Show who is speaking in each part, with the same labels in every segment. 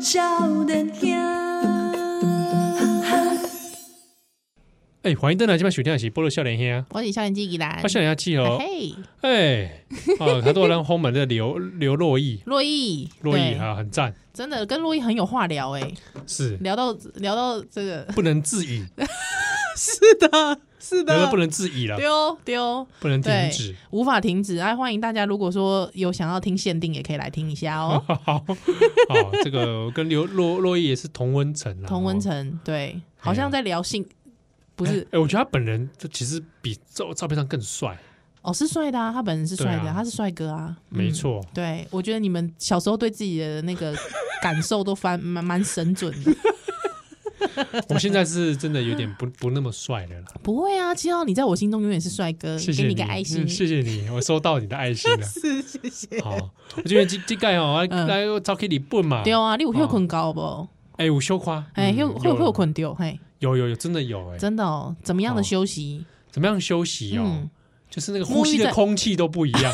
Speaker 1: 少年兄。
Speaker 2: 哎、欢迎登来这边收听的是《波罗笑脸兄
Speaker 3: 我是少年机宜兰》，
Speaker 2: 啊，笑脸要记
Speaker 3: 啊
Speaker 2: 哦，
Speaker 3: 嘿，
Speaker 2: 哎， 啊，很多人轰门的刘刘若意，
Speaker 3: 洛伊，
Speaker 2: 若意
Speaker 3: 对，
Speaker 2: 啊，很赞，
Speaker 3: 真的跟洛伊很有话聊哎，
Speaker 2: 是
Speaker 3: 聊到 聊到这个，
Speaker 2: 不能自 已，
Speaker 3: 哦是的，是
Speaker 2: 聊到不能自已了，
Speaker 3: 丢丢，
Speaker 2: 不能停
Speaker 3: 对
Speaker 2: 止。
Speaker 3: 无法停止。哎，欢迎大家，如果说有想要听限定，也可以来听一下 哦。
Speaker 2: 好，好，这个我跟刘若若意也是同温层啦，
Speaker 3: 童文
Speaker 2: 哦。
Speaker 3: 成，对，好像在聊性，不是
Speaker 2: 哎、我觉得他本人就其实比照照片上更帅，
Speaker 3: 哦，是帅的啊，他本人是帅
Speaker 2: 对
Speaker 3: 的，
Speaker 2: 啊
Speaker 3: 他是帅哥啊，嗯
Speaker 2: 没。错。
Speaker 3: 对，我觉得你们小时候对自己的那个 感受都翻蛮蛮神准的。
Speaker 2: 我现在是真的有点不不那么帅了啦。
Speaker 3: 不会啊，七号，你在我心中永远是帅哥，
Speaker 2: 谢
Speaker 3: 给
Speaker 2: 谢
Speaker 3: 你个爱心。
Speaker 2: 嗯。谢谢你，我收到你的爱心了
Speaker 3: 是，谢谢。
Speaker 2: 好，我觉得这这盖哦，
Speaker 3: 嗯
Speaker 2: 来来早给你笨嘛。
Speaker 3: 对啊，你有休困高不？
Speaker 2: 哎，有羞夸，哦
Speaker 3: 哎，
Speaker 2: 嗯
Speaker 3: 休
Speaker 2: 有
Speaker 3: 休休困丢，嘿，
Speaker 2: 有有有，真的有哎。
Speaker 3: 真的哦。怎么样的
Speaker 2: 哦
Speaker 3: 休息？
Speaker 2: 怎么样休息哦
Speaker 3: 嗯？
Speaker 2: 就是那个
Speaker 3: 沐浴
Speaker 2: 呼吸的
Speaker 3: 在
Speaker 2: 空气都不一 样。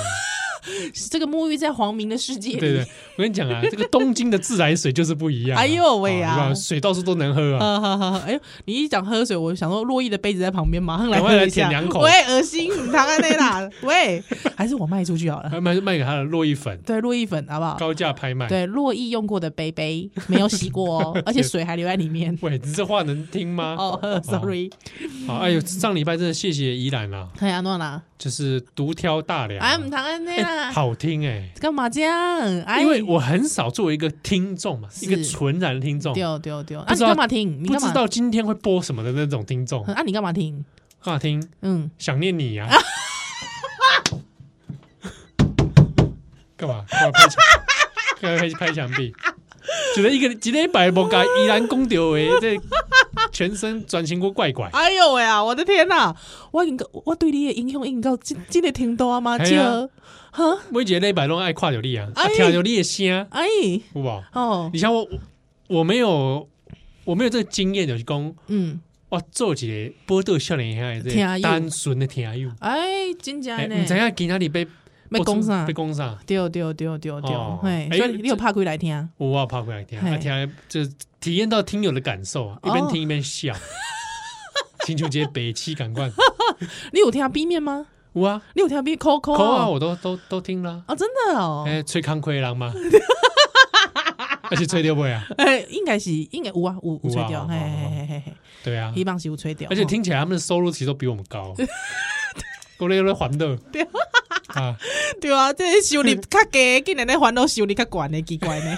Speaker 3: 这个沐浴在黄明的世界
Speaker 2: 对
Speaker 3: 里，
Speaker 2: 对，我跟你讲啊，这个东京的自来水就是不一样啊。
Speaker 3: 哎呦喂
Speaker 2: 哦
Speaker 3: 啊
Speaker 2: 是吧水到处都能喝啊。
Speaker 3: 哈哈哈！ 哎呦，你一讲喝水，我想说洛伊的杯子在旁边，马上来
Speaker 2: 赶快来
Speaker 3: 喝一下。
Speaker 2: 舔两口
Speaker 3: 喂，恶心，你躺在那啦。 喂，还是我卖出去好了。
Speaker 2: 还啊卖卖给他的洛伊粉，
Speaker 3: 对，洛伊粉好不好？
Speaker 2: 高价拍卖。
Speaker 3: 对，洛伊用过的杯杯没有洗 过哦，而且水还留在里面。
Speaker 2: 喂，你这话能听吗？
Speaker 3: 哦呵，sorry，
Speaker 2: 好，哎呦，上礼拜真的谢谢依兰啦，
Speaker 3: 哎呀，诺啦，
Speaker 2: 就是独挑大梁啊。
Speaker 3: 哎，唔躺在那
Speaker 2: 哎，
Speaker 3: 啦，
Speaker 2: 好听哎，
Speaker 3: 干嘛这样？哎
Speaker 2: 因，为我很少作为一个听众嘛，
Speaker 3: 是
Speaker 2: 一个纯然听众，
Speaker 3: 丢丢丢，
Speaker 2: 哦
Speaker 3: 啊，
Speaker 2: 不
Speaker 3: 你
Speaker 2: 知道
Speaker 3: 干嘛听？你
Speaker 2: 不
Speaker 3: 干
Speaker 2: 知
Speaker 3: 嘛？
Speaker 2: 道今天会播什么的那种听众，
Speaker 3: 啊，你干嘛听？
Speaker 2: 干嘛听？
Speaker 3: 嗯，
Speaker 2: 想念你呀、啊！干嘛？干嘛拍墙？干嘛拍拍墙壁？觉得一个今天白博该依然公丢为这全身转型过怪怪。
Speaker 3: 哎呦喂啊，我的天哪、我应该我对你的影响应该真真的挺大啊吗？
Speaker 2: 哎
Speaker 3: 这
Speaker 2: 呀
Speaker 3: 哈，
Speaker 2: 每一个礼拜拢爱看着你啊，啊
Speaker 3: 哎
Speaker 2: 听着你的声，
Speaker 3: 哎，
Speaker 2: 有无？
Speaker 3: 哦，
Speaker 2: 你像我，我我没有，我没有这个经验，就是讲
Speaker 3: 嗯，
Speaker 2: 我做一个波多少年下
Speaker 3: 听
Speaker 2: 这
Speaker 3: 友
Speaker 2: 单纯的听友，
Speaker 3: 哎，真假
Speaker 2: 哎，
Speaker 3: 呢
Speaker 2: 唔？知影今仔日被
Speaker 3: 要讲啥
Speaker 2: 被？讲啥？
Speaker 3: 对对对对对
Speaker 2: 啊哦，
Speaker 3: 嘿，
Speaker 2: 哎
Speaker 3: 所以你有拍开来听啊？
Speaker 2: 我我跑过来听，
Speaker 3: 嘿
Speaker 2: 啊、听来就体验到听友的感受啊，一
Speaker 3: 哦
Speaker 2: 边听一边 笑。青丘街北七感官，
Speaker 3: 你有听 B 面吗？
Speaker 2: 有啊，
Speaker 3: 你有听 B Coco
Speaker 2: 口啊
Speaker 3: 哦？
Speaker 2: 我都都都听啦。
Speaker 3: 哦，真的哦，
Speaker 2: 哎、吹康亏郎 吗？而且吹掉不啊？
Speaker 3: 哎，应该是应该有啊，有有
Speaker 2: 有
Speaker 3: 吹
Speaker 2: 啊
Speaker 3: 掉，
Speaker 2: 哦
Speaker 3: 嘿
Speaker 2: 哦
Speaker 3: 嘿嘿嘿嘿，
Speaker 2: 对啊，
Speaker 3: 希望是有吹掉，
Speaker 2: 而且
Speaker 3: 哦
Speaker 2: 听起来他们的收入其实都比我们 高。我咧咧还的，啊，
Speaker 3: 对啊，这修理较低，竟然咧还到修理较悬的，奇怪 呢。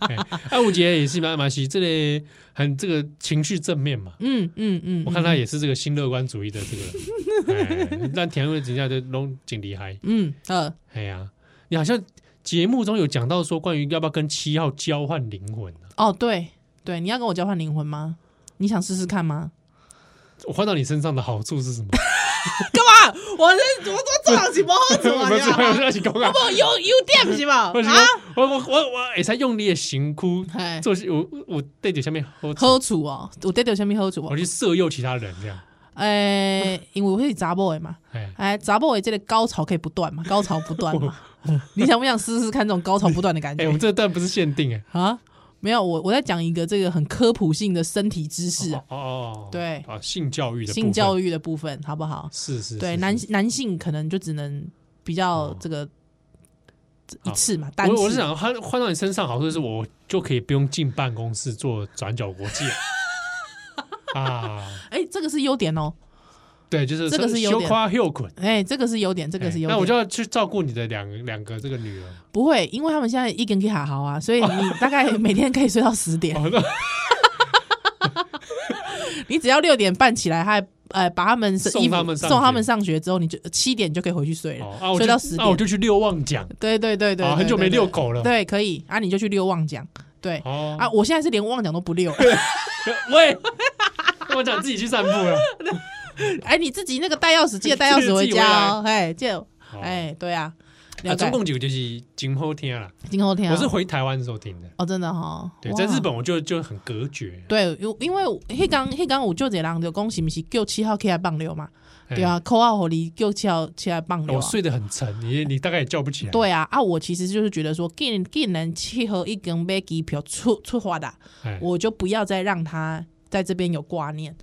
Speaker 2: 哎啊，五杰也是蛮蛮是这个很这个情绪正面嘛。
Speaker 3: 嗯嗯嗯，
Speaker 2: 我看他也是这个新乐观主义的这个人， 哎但田瑞人家就拢真厉害。
Speaker 3: 嗯呃，
Speaker 2: 哎呀，你好像节目中有讲到说关于要不要跟七号交换灵魂、啊、
Speaker 3: 哦，对对，你要跟我交换灵魂吗？你想试试看吗？
Speaker 2: 我换到你身上的好处是什么？
Speaker 3: 干嘛？我是我 我做人是无好
Speaker 2: 不是， 我是讲啊，
Speaker 3: 我优优点是吧？啊
Speaker 2: 我是讲，我我我我也才用力的行哭，
Speaker 3: 嘿，
Speaker 2: 做我我对着下面喝酒，
Speaker 3: 好处哦，有得到什么好处
Speaker 2: 我
Speaker 3: 哦？
Speaker 2: 去色诱其他人这样。
Speaker 3: 诶，因为我是查某的嘛，
Speaker 2: 哎，
Speaker 3: 哎，查某的这个高潮可以不 断嘛，高潮不断嘛， 你想不想试试看这种高潮不断的感
Speaker 2: 哎，我
Speaker 3: 觉
Speaker 2: 们这段不是限定哎，
Speaker 3: 啊？没有，我我在讲一个这个很科普性的身体知识啊
Speaker 2: 哦，哦，
Speaker 3: 对
Speaker 2: 啊，性教育的
Speaker 3: 性教
Speaker 2: 育
Speaker 3: 育的部分，好不好？
Speaker 2: 是是，
Speaker 3: 对，
Speaker 2: 是
Speaker 3: 男
Speaker 2: 是
Speaker 3: 男性可能就只能比较
Speaker 2: 哦
Speaker 3: 这个
Speaker 2: 好
Speaker 3: 一次嘛，单
Speaker 2: 我我是
Speaker 3: 次。
Speaker 2: 想换换到你身上，好处是我就可以不用进办公室做转角国 际了啊。
Speaker 3: 哎，这个是优点哦，
Speaker 2: 对，就是
Speaker 3: 这个是优
Speaker 2: 羞
Speaker 3: 点
Speaker 2: 夸又滚。
Speaker 3: 哎，这个是优点，这个是
Speaker 2: 哎
Speaker 3: 优点。
Speaker 2: 那我就要去照顾你的两两个这个女 儿。
Speaker 3: 不会，因为他们现在一根可以好好啊，所 以你大概每天可以睡到十点，
Speaker 2: 哦，那
Speaker 3: 你只要六点半起来，还呃把他们是
Speaker 2: 送
Speaker 3: 衣服
Speaker 2: 他们上学
Speaker 3: 送他们上学之后，你就七点就可以回去睡了。
Speaker 2: 哦啊，我
Speaker 3: 睡
Speaker 2: 就
Speaker 3: 到十点
Speaker 2: 那我就去六旺奖。
Speaker 3: 对对对对
Speaker 2: 啊，
Speaker 3: 对
Speaker 2: 很久没
Speaker 3: 对
Speaker 2: 遛狗了。
Speaker 3: 对，可以啊，你就去六旺奖。对
Speaker 2: 哦
Speaker 3: 啊，，我现在是连旺奖都不遛。
Speaker 2: 喂，我想自己去散步了。
Speaker 3: 哎，你自己那个带钥匙，记得带钥匙回家哦。哎，记得
Speaker 2: 哦
Speaker 3: 哎，对啊，
Speaker 2: 啊，
Speaker 3: 了
Speaker 2: 中
Speaker 3: 解。
Speaker 2: 共九就是今后听啦，
Speaker 3: 今后听啊，
Speaker 2: 我是回台湾的时候听的。
Speaker 3: 哦，真的哈。
Speaker 2: 对，
Speaker 3: 哇
Speaker 2: 在日本我就就很隔绝。
Speaker 3: 对，因因为迄工迄工有就一个人就讲是毋是叫七号起来放尿嘛？
Speaker 2: 哎
Speaker 3: 对，啊，口号互你叫七号起来放尿
Speaker 2: 我
Speaker 3: 啊。
Speaker 2: 睡得很沉，你你大概也叫不起来。
Speaker 3: 对啊，啊，我其实就是觉得说，既然既然七号已经买机票出出发的，
Speaker 2: 哎，
Speaker 3: 我就不要再让他在这边有挂念。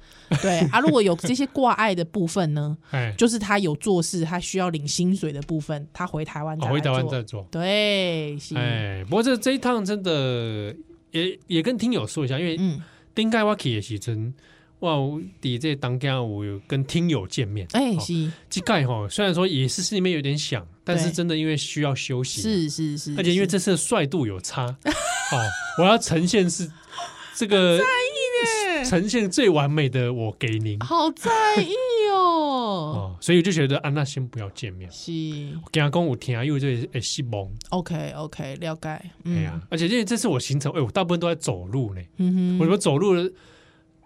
Speaker 3: 对啊，如果有这些挂碍的部分呢，
Speaker 2: 哎，
Speaker 3: 就是他有做事，他需要领薪水的部分，他回台湾
Speaker 2: 我
Speaker 3: 再
Speaker 2: 哦回
Speaker 3: 来
Speaker 2: 台湾
Speaker 3: 做
Speaker 2: 再做。
Speaker 3: 对，是，
Speaker 2: 哎，不过这这一趟真的也也跟听友说一下，因为
Speaker 3: 嗯，
Speaker 2: 顶盖我去的时阵，哇，我伫这当家我有跟听友见面。
Speaker 3: 哎，
Speaker 2: 哦
Speaker 3: 是
Speaker 2: 这盖哈，虽然说也是心里面有点想，但是
Speaker 3: 对
Speaker 2: 真的因为需要休息，，
Speaker 3: 是是是，
Speaker 2: 而且因为
Speaker 3: 是
Speaker 2: 这次的帅度有 差，哦，我要呈现是这个呈现最完美的我给您
Speaker 3: 好在意 哦，
Speaker 2: 哦，所以我就觉得啊，那先不要见面，
Speaker 3: 是
Speaker 2: 跟他讲我听，因为这会西蒙，
Speaker 3: OK OK，了解，
Speaker 2: 哎
Speaker 3: 嗯
Speaker 2: 呀，而且因为这次我行程，哎，我大部分都在走路呢，
Speaker 3: 嗯
Speaker 2: 我
Speaker 3: 哼，
Speaker 2: 们走路的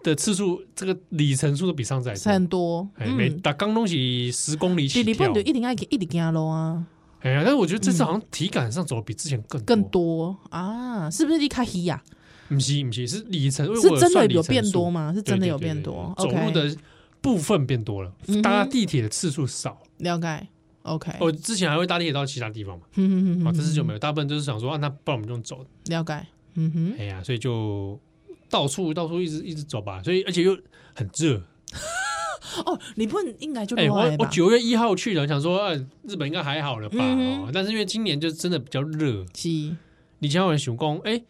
Speaker 2: 的次数，这个里程数都比上次还
Speaker 3: 是
Speaker 2: 多。
Speaker 3: 很多，
Speaker 2: 哎，每
Speaker 3: 嗯，
Speaker 2: 打刚东西十公里起
Speaker 3: 你日
Speaker 2: 跳
Speaker 3: 本就，一定爱一直行路啊，
Speaker 2: 哎呀，但是我觉得这次好像体感上走得比之前更
Speaker 3: 更
Speaker 2: 多，
Speaker 3: 多
Speaker 2: 哦
Speaker 3: 啊，是不是你较虚呀？
Speaker 2: 不是不是是里程，因为
Speaker 3: 是
Speaker 2: 我
Speaker 3: 真的
Speaker 2: 算里
Speaker 3: 有
Speaker 2: 程
Speaker 3: 变
Speaker 2: 数
Speaker 3: 多吗？是
Speaker 2: 对
Speaker 3: 真的
Speaker 2: 对
Speaker 3: 有
Speaker 2: 对
Speaker 3: 变
Speaker 2: 对
Speaker 3: 多
Speaker 2: 对走路
Speaker 3: ，OK，
Speaker 2: 的部分变多了
Speaker 3: 嗯哼，
Speaker 2: 搭地铁的次数少。
Speaker 3: 了解，OK，
Speaker 2: 我之前还会搭地铁到其他地方嘛，
Speaker 3: 嗯哼哼
Speaker 2: 啊，哦
Speaker 3: 哼
Speaker 2: 这次就
Speaker 3: 哼
Speaker 2: 没有，大部分就是想说啊，那不然我们就用走的，
Speaker 3: 了解，嗯哼，
Speaker 2: 哎呀，所以就到处到处一直一直走吧，所以而且又很热，
Speaker 3: 哦，日本应该就
Speaker 2: 哎，
Speaker 3: 热
Speaker 2: 我
Speaker 3: 爱
Speaker 2: 我
Speaker 3: 吧，
Speaker 2: 九月一号去的，想说，呃，日本应该还好了吧，
Speaker 3: 嗯哼
Speaker 2: 哦但是因为今年就真的比较热，
Speaker 3: 是，
Speaker 2: 你前我想讲，哎，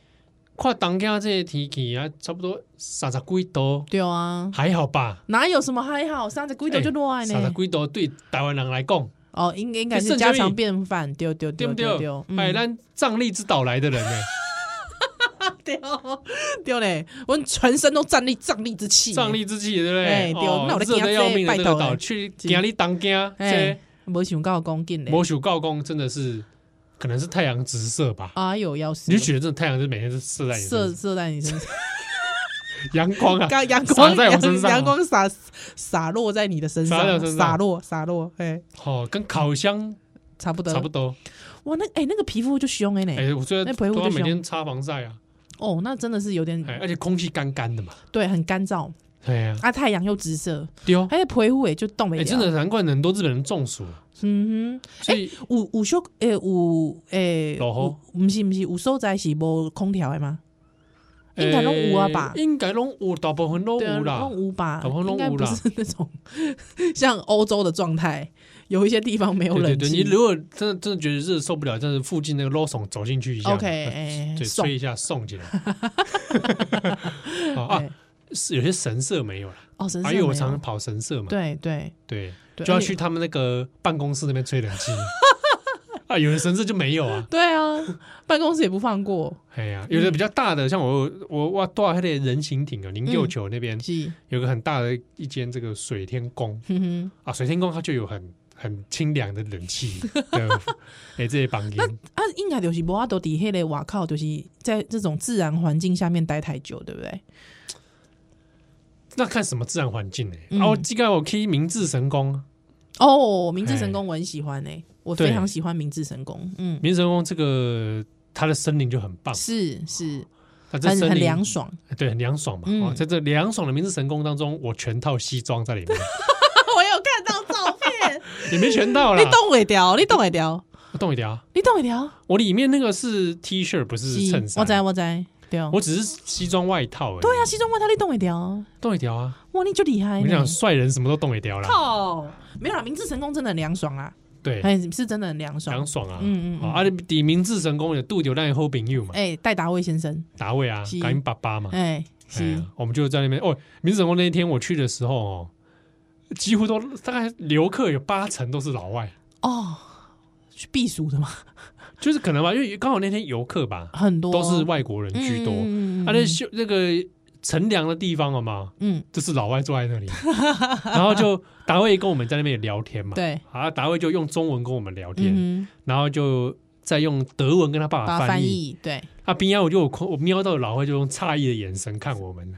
Speaker 2: 跨当家这些天气啊，差不多三十几度，
Speaker 3: 对啊，
Speaker 2: 还好吧？
Speaker 3: 哪有什么还好，三十几度就热爱
Speaker 2: 哎三十
Speaker 3: 呢。
Speaker 2: 几度对台湾人来讲。
Speaker 3: 哦，应应该
Speaker 2: 你
Speaker 3: 是
Speaker 2: 剩
Speaker 3: 家
Speaker 2: 下
Speaker 3: 常
Speaker 2: 面
Speaker 3: 便饭，对对
Speaker 2: 对不
Speaker 3: 对
Speaker 2: 对
Speaker 3: 对，？
Speaker 2: 哎，
Speaker 3: 嗯
Speaker 2: 咱瘴疠之岛来的人呢？
Speaker 3: 对 对嘞，我全身都站立瘴力之气，
Speaker 2: 瘴疠之气，对不
Speaker 3: 哎
Speaker 2: 对？
Speaker 3: 对
Speaker 2: 哦
Speaker 3: 那我就
Speaker 2: 热
Speaker 3: 怕
Speaker 2: 的要命的这
Speaker 3: 这
Speaker 2: 个
Speaker 3: 拜
Speaker 2: 岛，
Speaker 3: 托
Speaker 2: 去
Speaker 3: 是
Speaker 2: 今你当家，啊这
Speaker 3: 哎，没想到讲紧嘞，
Speaker 2: 魔术告公真的是，可能是太阳直射吧？
Speaker 3: 哎呦要死，
Speaker 2: 你就觉得这太阳是每天是射在你
Speaker 3: 射
Speaker 2: 身上，
Speaker 3: 射在你身 上，
Speaker 2: 阳光啊，
Speaker 3: 刚阳光
Speaker 2: 洒在我身上啊
Speaker 3: 阳光洒洒落在你的身
Speaker 2: 洒在我
Speaker 3: 上，啊
Speaker 2: 身上
Speaker 3: 洒落洒落，哎，
Speaker 2: 哦，跟烤箱
Speaker 3: 差不多，
Speaker 2: 差不多。
Speaker 3: 哇，那哎那个皮肤就凶哎呢，
Speaker 2: 哎，我觉得
Speaker 3: 那陪护
Speaker 2: 都要
Speaker 3: 就
Speaker 2: 每
Speaker 3: 行
Speaker 2: 天擦防晒啊，
Speaker 3: 哦，那真的是有点
Speaker 2: 哎，而且空气干干的嘛。
Speaker 3: 对，很干燥
Speaker 2: 哎呀，哦
Speaker 3: 啊，太阳又直射，
Speaker 2: 丢！
Speaker 3: 还有皮肤也就冻没
Speaker 2: 哎，
Speaker 3: 了，
Speaker 2: 真的难怪很多日本人中暑，
Speaker 3: 嗯哼。
Speaker 2: 所以
Speaker 3: 有有小诶、有诶，
Speaker 2: 落雨
Speaker 3: 有毋是毋是有所在是无空调的吗？应该
Speaker 2: 哎
Speaker 3: 拢有啊吧？
Speaker 2: 应该拢有，大部分都
Speaker 3: 对啊，
Speaker 2: 有啦
Speaker 3: 拢。有吧？
Speaker 2: 搞不好拢
Speaker 3: 应
Speaker 2: 有啦
Speaker 3: 该不是那种 像欧洲的状态，有一些地方没有
Speaker 2: 对
Speaker 3: 冷
Speaker 2: 对对，
Speaker 3: 气。
Speaker 2: 你如果真的真的觉得热受不了，真的附近那个 l o s o n 走进去一下呃
Speaker 3: OK，哎、
Speaker 2: 对，
Speaker 3: 爽
Speaker 2: 吹一下送 进来。好啊，
Speaker 3: 对
Speaker 2: 是有些神社没有了，
Speaker 3: 哦，神
Speaker 2: 啊
Speaker 3: 社
Speaker 2: 因为我
Speaker 3: 没有
Speaker 2: 常常跑神社嘛，
Speaker 3: 对对
Speaker 2: 对，
Speaker 3: 对，
Speaker 2: 就要
Speaker 3: 而且
Speaker 2: 去他们那个办公室那边吹冷气。
Speaker 3: 哎
Speaker 2: 啊，有的神社就没有啊，
Speaker 3: 对啊，办公室也不放过，
Speaker 2: 哎呀，有的比较大的，像我我哇，多少那个人形艇哦，零
Speaker 3: 嗯
Speaker 2: 六九那边
Speaker 3: 是，
Speaker 2: 有个很大的一间这个水天宫
Speaker 3: 哼哼。
Speaker 2: 啊，水天宫它就有很很清凉的冷气的， 哎，这些房间。
Speaker 3: 啊，应该就是无法度伫迄个外口，就是在这种自然环境下面待太久，对不对？
Speaker 2: 那看什么自然环境呢、
Speaker 3: 嗯
Speaker 2: 啊，我记得我 K 明治神宫，
Speaker 3: 哦，明治神宫我很喜欢诶、欸我非
Speaker 2: 对
Speaker 3: 常喜欢明治神宫，嗯，
Speaker 2: 明治神宫这个它的森林就很棒，
Speaker 3: 是是，
Speaker 2: 它这
Speaker 3: 很
Speaker 2: 森
Speaker 3: 很
Speaker 2: 林
Speaker 3: 凉爽。
Speaker 2: 对，很凉爽嘛。
Speaker 3: 嗯
Speaker 2: 哦，在这凉爽的明治神宫当中，我全套西装在里面，
Speaker 3: 我有看到照片，
Speaker 2: 也没全套啦
Speaker 3: 你，动尾条，你动尾条，
Speaker 2: 动一点啊。
Speaker 3: 你动尾条，
Speaker 2: 我里面那个是 T 恤，不是衬
Speaker 3: 我
Speaker 2: 衫。
Speaker 3: 知我知，对哦，
Speaker 2: 我只是西装外套而已。
Speaker 3: 对啊，西装外套你动尾条，
Speaker 2: 动一条啊！
Speaker 3: 哇，你就厉
Speaker 2: 我
Speaker 3: 害呢，
Speaker 2: 跟你讲，帅人什么都动一条啦。
Speaker 3: 靠，没有啦，明治神宫真的很凉爽啦，
Speaker 2: 对，
Speaker 3: 哎，是真的很凉爽
Speaker 2: 凉，爽啊！
Speaker 3: 嗯嗯嗯
Speaker 2: 哦啊，你底明治神宫有杜九蛋后饼友嘛，
Speaker 3: 哎，戴达威先生，
Speaker 2: 达卫啊
Speaker 3: 是，
Speaker 2: 赶紧爸爸嘛。
Speaker 3: 哎，
Speaker 2: 哎
Speaker 3: 是
Speaker 2: 呀，我们就在那边哦。明治神宫那一天我去的时候哦，几乎都大概游客有八成都是老外，
Speaker 3: 哦，去避暑的嘛，
Speaker 2: 就是可能吧，因为刚好那天游客吧
Speaker 3: 很多
Speaker 2: 都是外国人居多，
Speaker 3: 嗯嗯嗯嗯
Speaker 2: 啊，那修那个乘凉的地方了啊嘛，
Speaker 3: 嗯，
Speaker 2: 就是老外坐在那里， 然后就达卫跟我们在那边也聊天嘛，
Speaker 3: 对，
Speaker 2: 啊，达卫就用中文跟我们聊天，
Speaker 3: 嗯哼，
Speaker 2: 然后就再用德文跟他爸
Speaker 3: 把
Speaker 2: 爸
Speaker 3: 它
Speaker 2: 翻
Speaker 3: 翻
Speaker 2: 译，
Speaker 3: 译，对，
Speaker 2: 啊，边上我就有空我瞄到老外就用诧异的眼神看我们，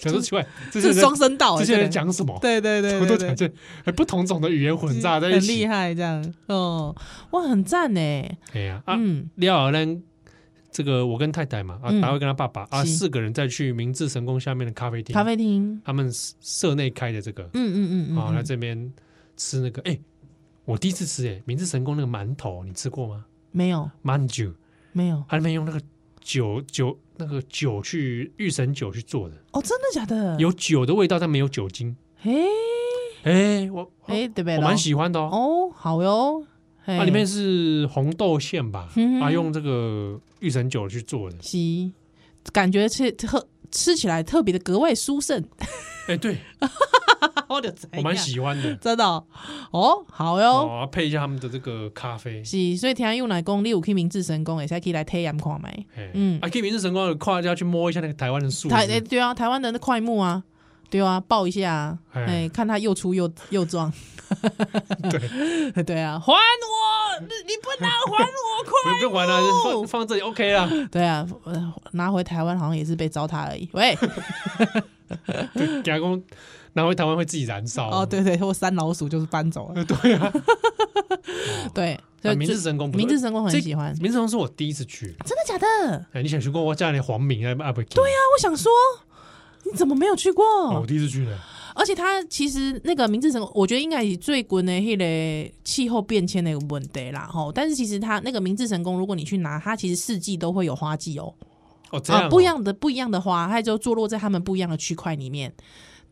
Speaker 2: 想说奇怪，这些
Speaker 3: 是
Speaker 2: 人在
Speaker 3: 双声道欸，
Speaker 2: 这些人
Speaker 3: 真的，
Speaker 2: 讲什么？
Speaker 3: 对对对
Speaker 2: 我都
Speaker 3: 对
Speaker 2: 讲
Speaker 3: 对，
Speaker 2: 这还不同种的语言混杂在一
Speaker 3: 很厉
Speaker 2: 起。
Speaker 3: 害这样，哦，哇，很赞呢，
Speaker 2: 哎呀啊，
Speaker 3: 嗯，
Speaker 2: 廖尔兰这个我跟太太嘛，啊
Speaker 3: 嗯，
Speaker 2: 达会跟他爸爸啊，
Speaker 3: 是
Speaker 2: 四个人再去明治神宫下面的咖啡厅，
Speaker 3: 咖啡厅，
Speaker 2: 他们社内开的这个
Speaker 3: 嗯嗯嗯嗯
Speaker 2: 啊，来
Speaker 3: 嗯，
Speaker 2: 这边吃那个，哎，我第一次吃哎，明治神宫那个馒头，你吃过吗？
Speaker 3: 没有
Speaker 2: 馒酒，
Speaker 3: 没有，
Speaker 2: 他们用那个酒酒那个酒去御神酒去做的，
Speaker 3: 哦，真的假的？，
Speaker 2: 有酒的味道，但没有酒精。
Speaker 3: 哎
Speaker 2: 哎，我
Speaker 3: 哎，对不对？
Speaker 2: 我蛮喜欢的哦。啊
Speaker 3: 哦，好哟，嘿
Speaker 2: 它里面是红豆馅吧
Speaker 3: 嗯？哼
Speaker 2: 啊，用这个御神酒去做的。
Speaker 3: 是感觉吃喝吃起来特别的格外殊胜，
Speaker 2: 哎，对
Speaker 3: 我就知道
Speaker 2: 我蛮喜欢的。
Speaker 3: 真的哦哎哦，好哟。
Speaker 2: 哦，配一下他们的这个咖啡。哎
Speaker 3: 是，所以听用来讲，你有去明治神宫，也是可以来体验看麦。嗯
Speaker 2: 嗯，啊，可以明治神光跨要去摸一下那个台湾的树。
Speaker 3: 台
Speaker 2: 是不
Speaker 3: 诶、
Speaker 2: 是
Speaker 3: 对啊，台湾人的快木啊，对啊，抱一下啊，哎、
Speaker 2: 哎
Speaker 3: 看他又粗又又壮， 对对啊，还我，你不拿还我快！
Speaker 2: 不不用玩了，
Speaker 3: 哦
Speaker 2: 放放这里 OK 啦。
Speaker 3: 对啊，呃拿回台湾好像也是被糟蹋而已。喂，
Speaker 2: 对，假公拿回台湾会自己燃烧。
Speaker 3: 哦，，对对，或三老鼠就是搬走 了，
Speaker 2: 对 啊。
Speaker 3: 对，所
Speaker 2: 啊
Speaker 3: 以
Speaker 2: 明
Speaker 3: 这
Speaker 2: 治神宫不错，
Speaker 3: 明治神宫很
Speaker 2: 这
Speaker 3: 喜欢，
Speaker 2: 明治神宫是我第一次去。
Speaker 3: 真的假的？
Speaker 2: 哎，你想去过我家里黄明啊？不，对呀
Speaker 3: 那，我想说，你怎么没有去过？
Speaker 2: 哦我第一次去的。
Speaker 3: 而且它其实那个明治神宫，我觉得应该是最近的迄个气候变迁的问题啦吼。但是其实它那个明治神宫，如果你去拿，它其实四季都会有花季哦、
Speaker 2: 哦，这样哦
Speaker 3: 不一。样的不一样的花，它就坐落在他们不一样的区块里面。
Speaker 2: 哦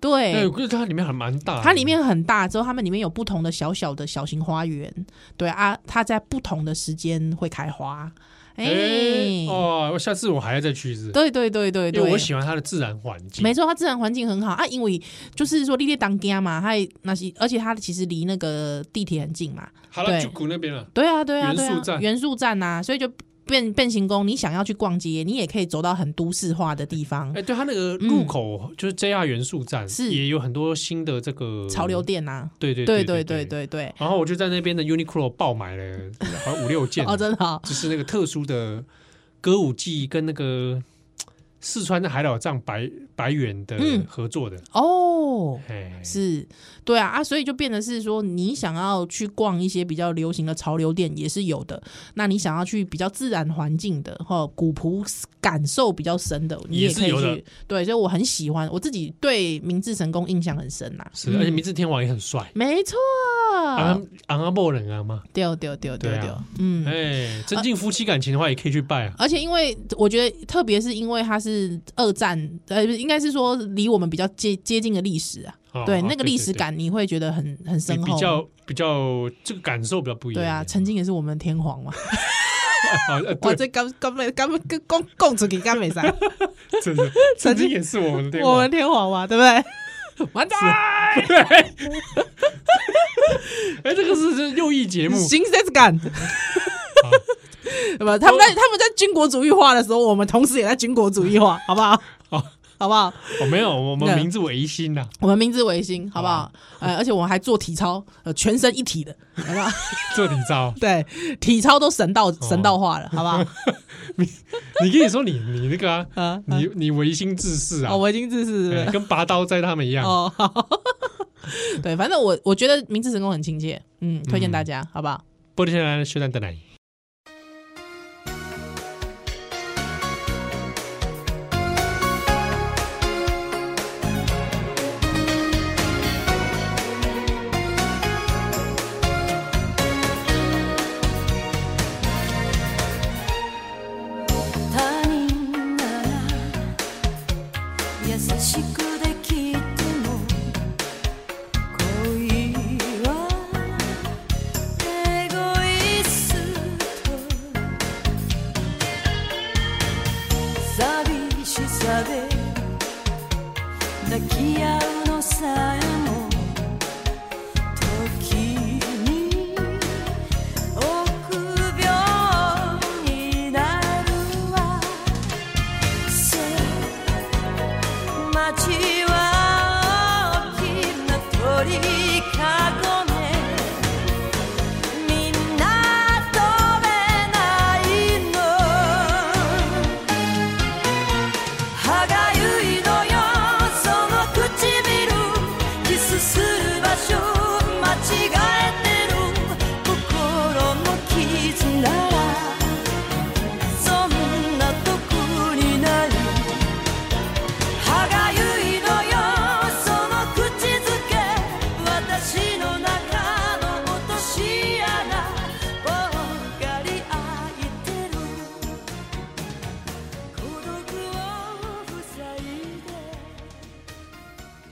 Speaker 2: 对，
Speaker 3: 对，
Speaker 2: 可是它里面还蛮大的。
Speaker 3: 哎它里面很大，之后他们里面有不同的小小的小型花园。对啊，它在不同的时间会开花。哎、
Speaker 2: 哎哦，我下次我还要再去一次，
Speaker 3: 对对对对
Speaker 2: 因为
Speaker 3: 对，
Speaker 2: 我喜欢它的自然环境。
Speaker 3: 没错，它自然环境很好啊，因为就是说你列当家嘛，还那些，而且它其实离那个地铁很近嘛。
Speaker 2: 好了，
Speaker 3: 对
Speaker 2: 就谷那边了。
Speaker 3: 对啊，对啊，
Speaker 2: 元
Speaker 3: 对
Speaker 2: 素
Speaker 3: 啊，
Speaker 2: 站
Speaker 3: 元素站呐、所以就变变形宫，你想要去逛街，你也可以走到很都市化的地方，
Speaker 2: 哎，对，它那个入口就是 JR 元素站，
Speaker 3: 嗯是
Speaker 2: 也有很多新的这个
Speaker 3: 潮流。店呐、
Speaker 2: 对对
Speaker 3: 对
Speaker 2: 对
Speaker 3: 对对。对对，
Speaker 2: 然后我就在那边的 Uniqlo 爆买 了好像五六件，
Speaker 3: 哦，真的哦、
Speaker 2: 就是那个特殊的歌舞伎跟那个四川的海老藏白白远的
Speaker 3: 嗯
Speaker 2: 合作的，
Speaker 3: 哦。
Speaker 2: 哎，
Speaker 3: 是，对啊啊，所以就变得是说，你想要去逛一些比较流行的潮流店也是有的，那你想要去比较自然环境的哈，古朴感受比较深的，你
Speaker 2: 也
Speaker 3: 也
Speaker 2: 是
Speaker 3: 可以
Speaker 2: 有的
Speaker 3: 去。对，所以我很喜欢，我自己对明治神宫印象很深呐、
Speaker 2: 是，
Speaker 3: 嗯啊
Speaker 2: 而且明治天王也很帅，
Speaker 3: 没错，
Speaker 2: 昂昂阿莫人啊嘛，
Speaker 3: 丢丢丢丢
Speaker 2: 对啊
Speaker 3: 丢，嗯。
Speaker 2: 哎，增进夫妻感情的话也可以去拜啊。
Speaker 3: 而且，因为我觉得，特别是因为它是二战，呃，应该是说离我们比较接接近的历史啊，
Speaker 2: 哦
Speaker 3: 对
Speaker 2: 哦
Speaker 3: 那个历史
Speaker 2: 对
Speaker 3: 感，你会觉得很很
Speaker 2: 对
Speaker 3: 深
Speaker 2: 比
Speaker 3: 厚。啊
Speaker 2: 比较比较这个感受比较不一样。
Speaker 3: 对啊，曾经也是我们的天皇嘛。
Speaker 2: 啊，呃对，
Speaker 3: 哇，这刚刚没刚刚供供出去刚没啥，
Speaker 2: 真 的，曾经也是我们的天
Speaker 3: 我
Speaker 2: 王
Speaker 3: 们天皇 嘛，对不对？ 完蛋，
Speaker 2: 哎，这个是是右翼节目，
Speaker 3: 形式 感。不，他们在他们在军国主义化的时候，我们同时也在军国主 义化，好不好？
Speaker 2: 好
Speaker 3: 好不好？
Speaker 2: 哦，没有，我们
Speaker 3: 对
Speaker 2: 明治维新啊呐，
Speaker 3: 我们明治维新，好不
Speaker 2: 好
Speaker 3: 好？呃，而且我们还做体操，呃，全身一体的，好 不好？
Speaker 2: 做体操，
Speaker 3: 对，体操都神
Speaker 2: 哦
Speaker 3: 道神道化了，好 不好？
Speaker 2: 你可以说你你那个啊，
Speaker 3: 啊，
Speaker 2: 你你维新志士啊
Speaker 3: 哦，，维京志士是不
Speaker 2: 哎
Speaker 3: 是
Speaker 2: 跟拔刀斋他们一样，
Speaker 3: 哦，好 对，反正我我觉得明治神宫很亲切，嗯，推荐大家，好不好？
Speaker 2: 波多先生修蛋蛋奶。
Speaker 1: 他人なら優しくできても恋はエゴイスト寂しさで抱き合うのさえも時に臆病になるわそう街は大きな鳥囲めみんな飛べないの歯がゆいのよ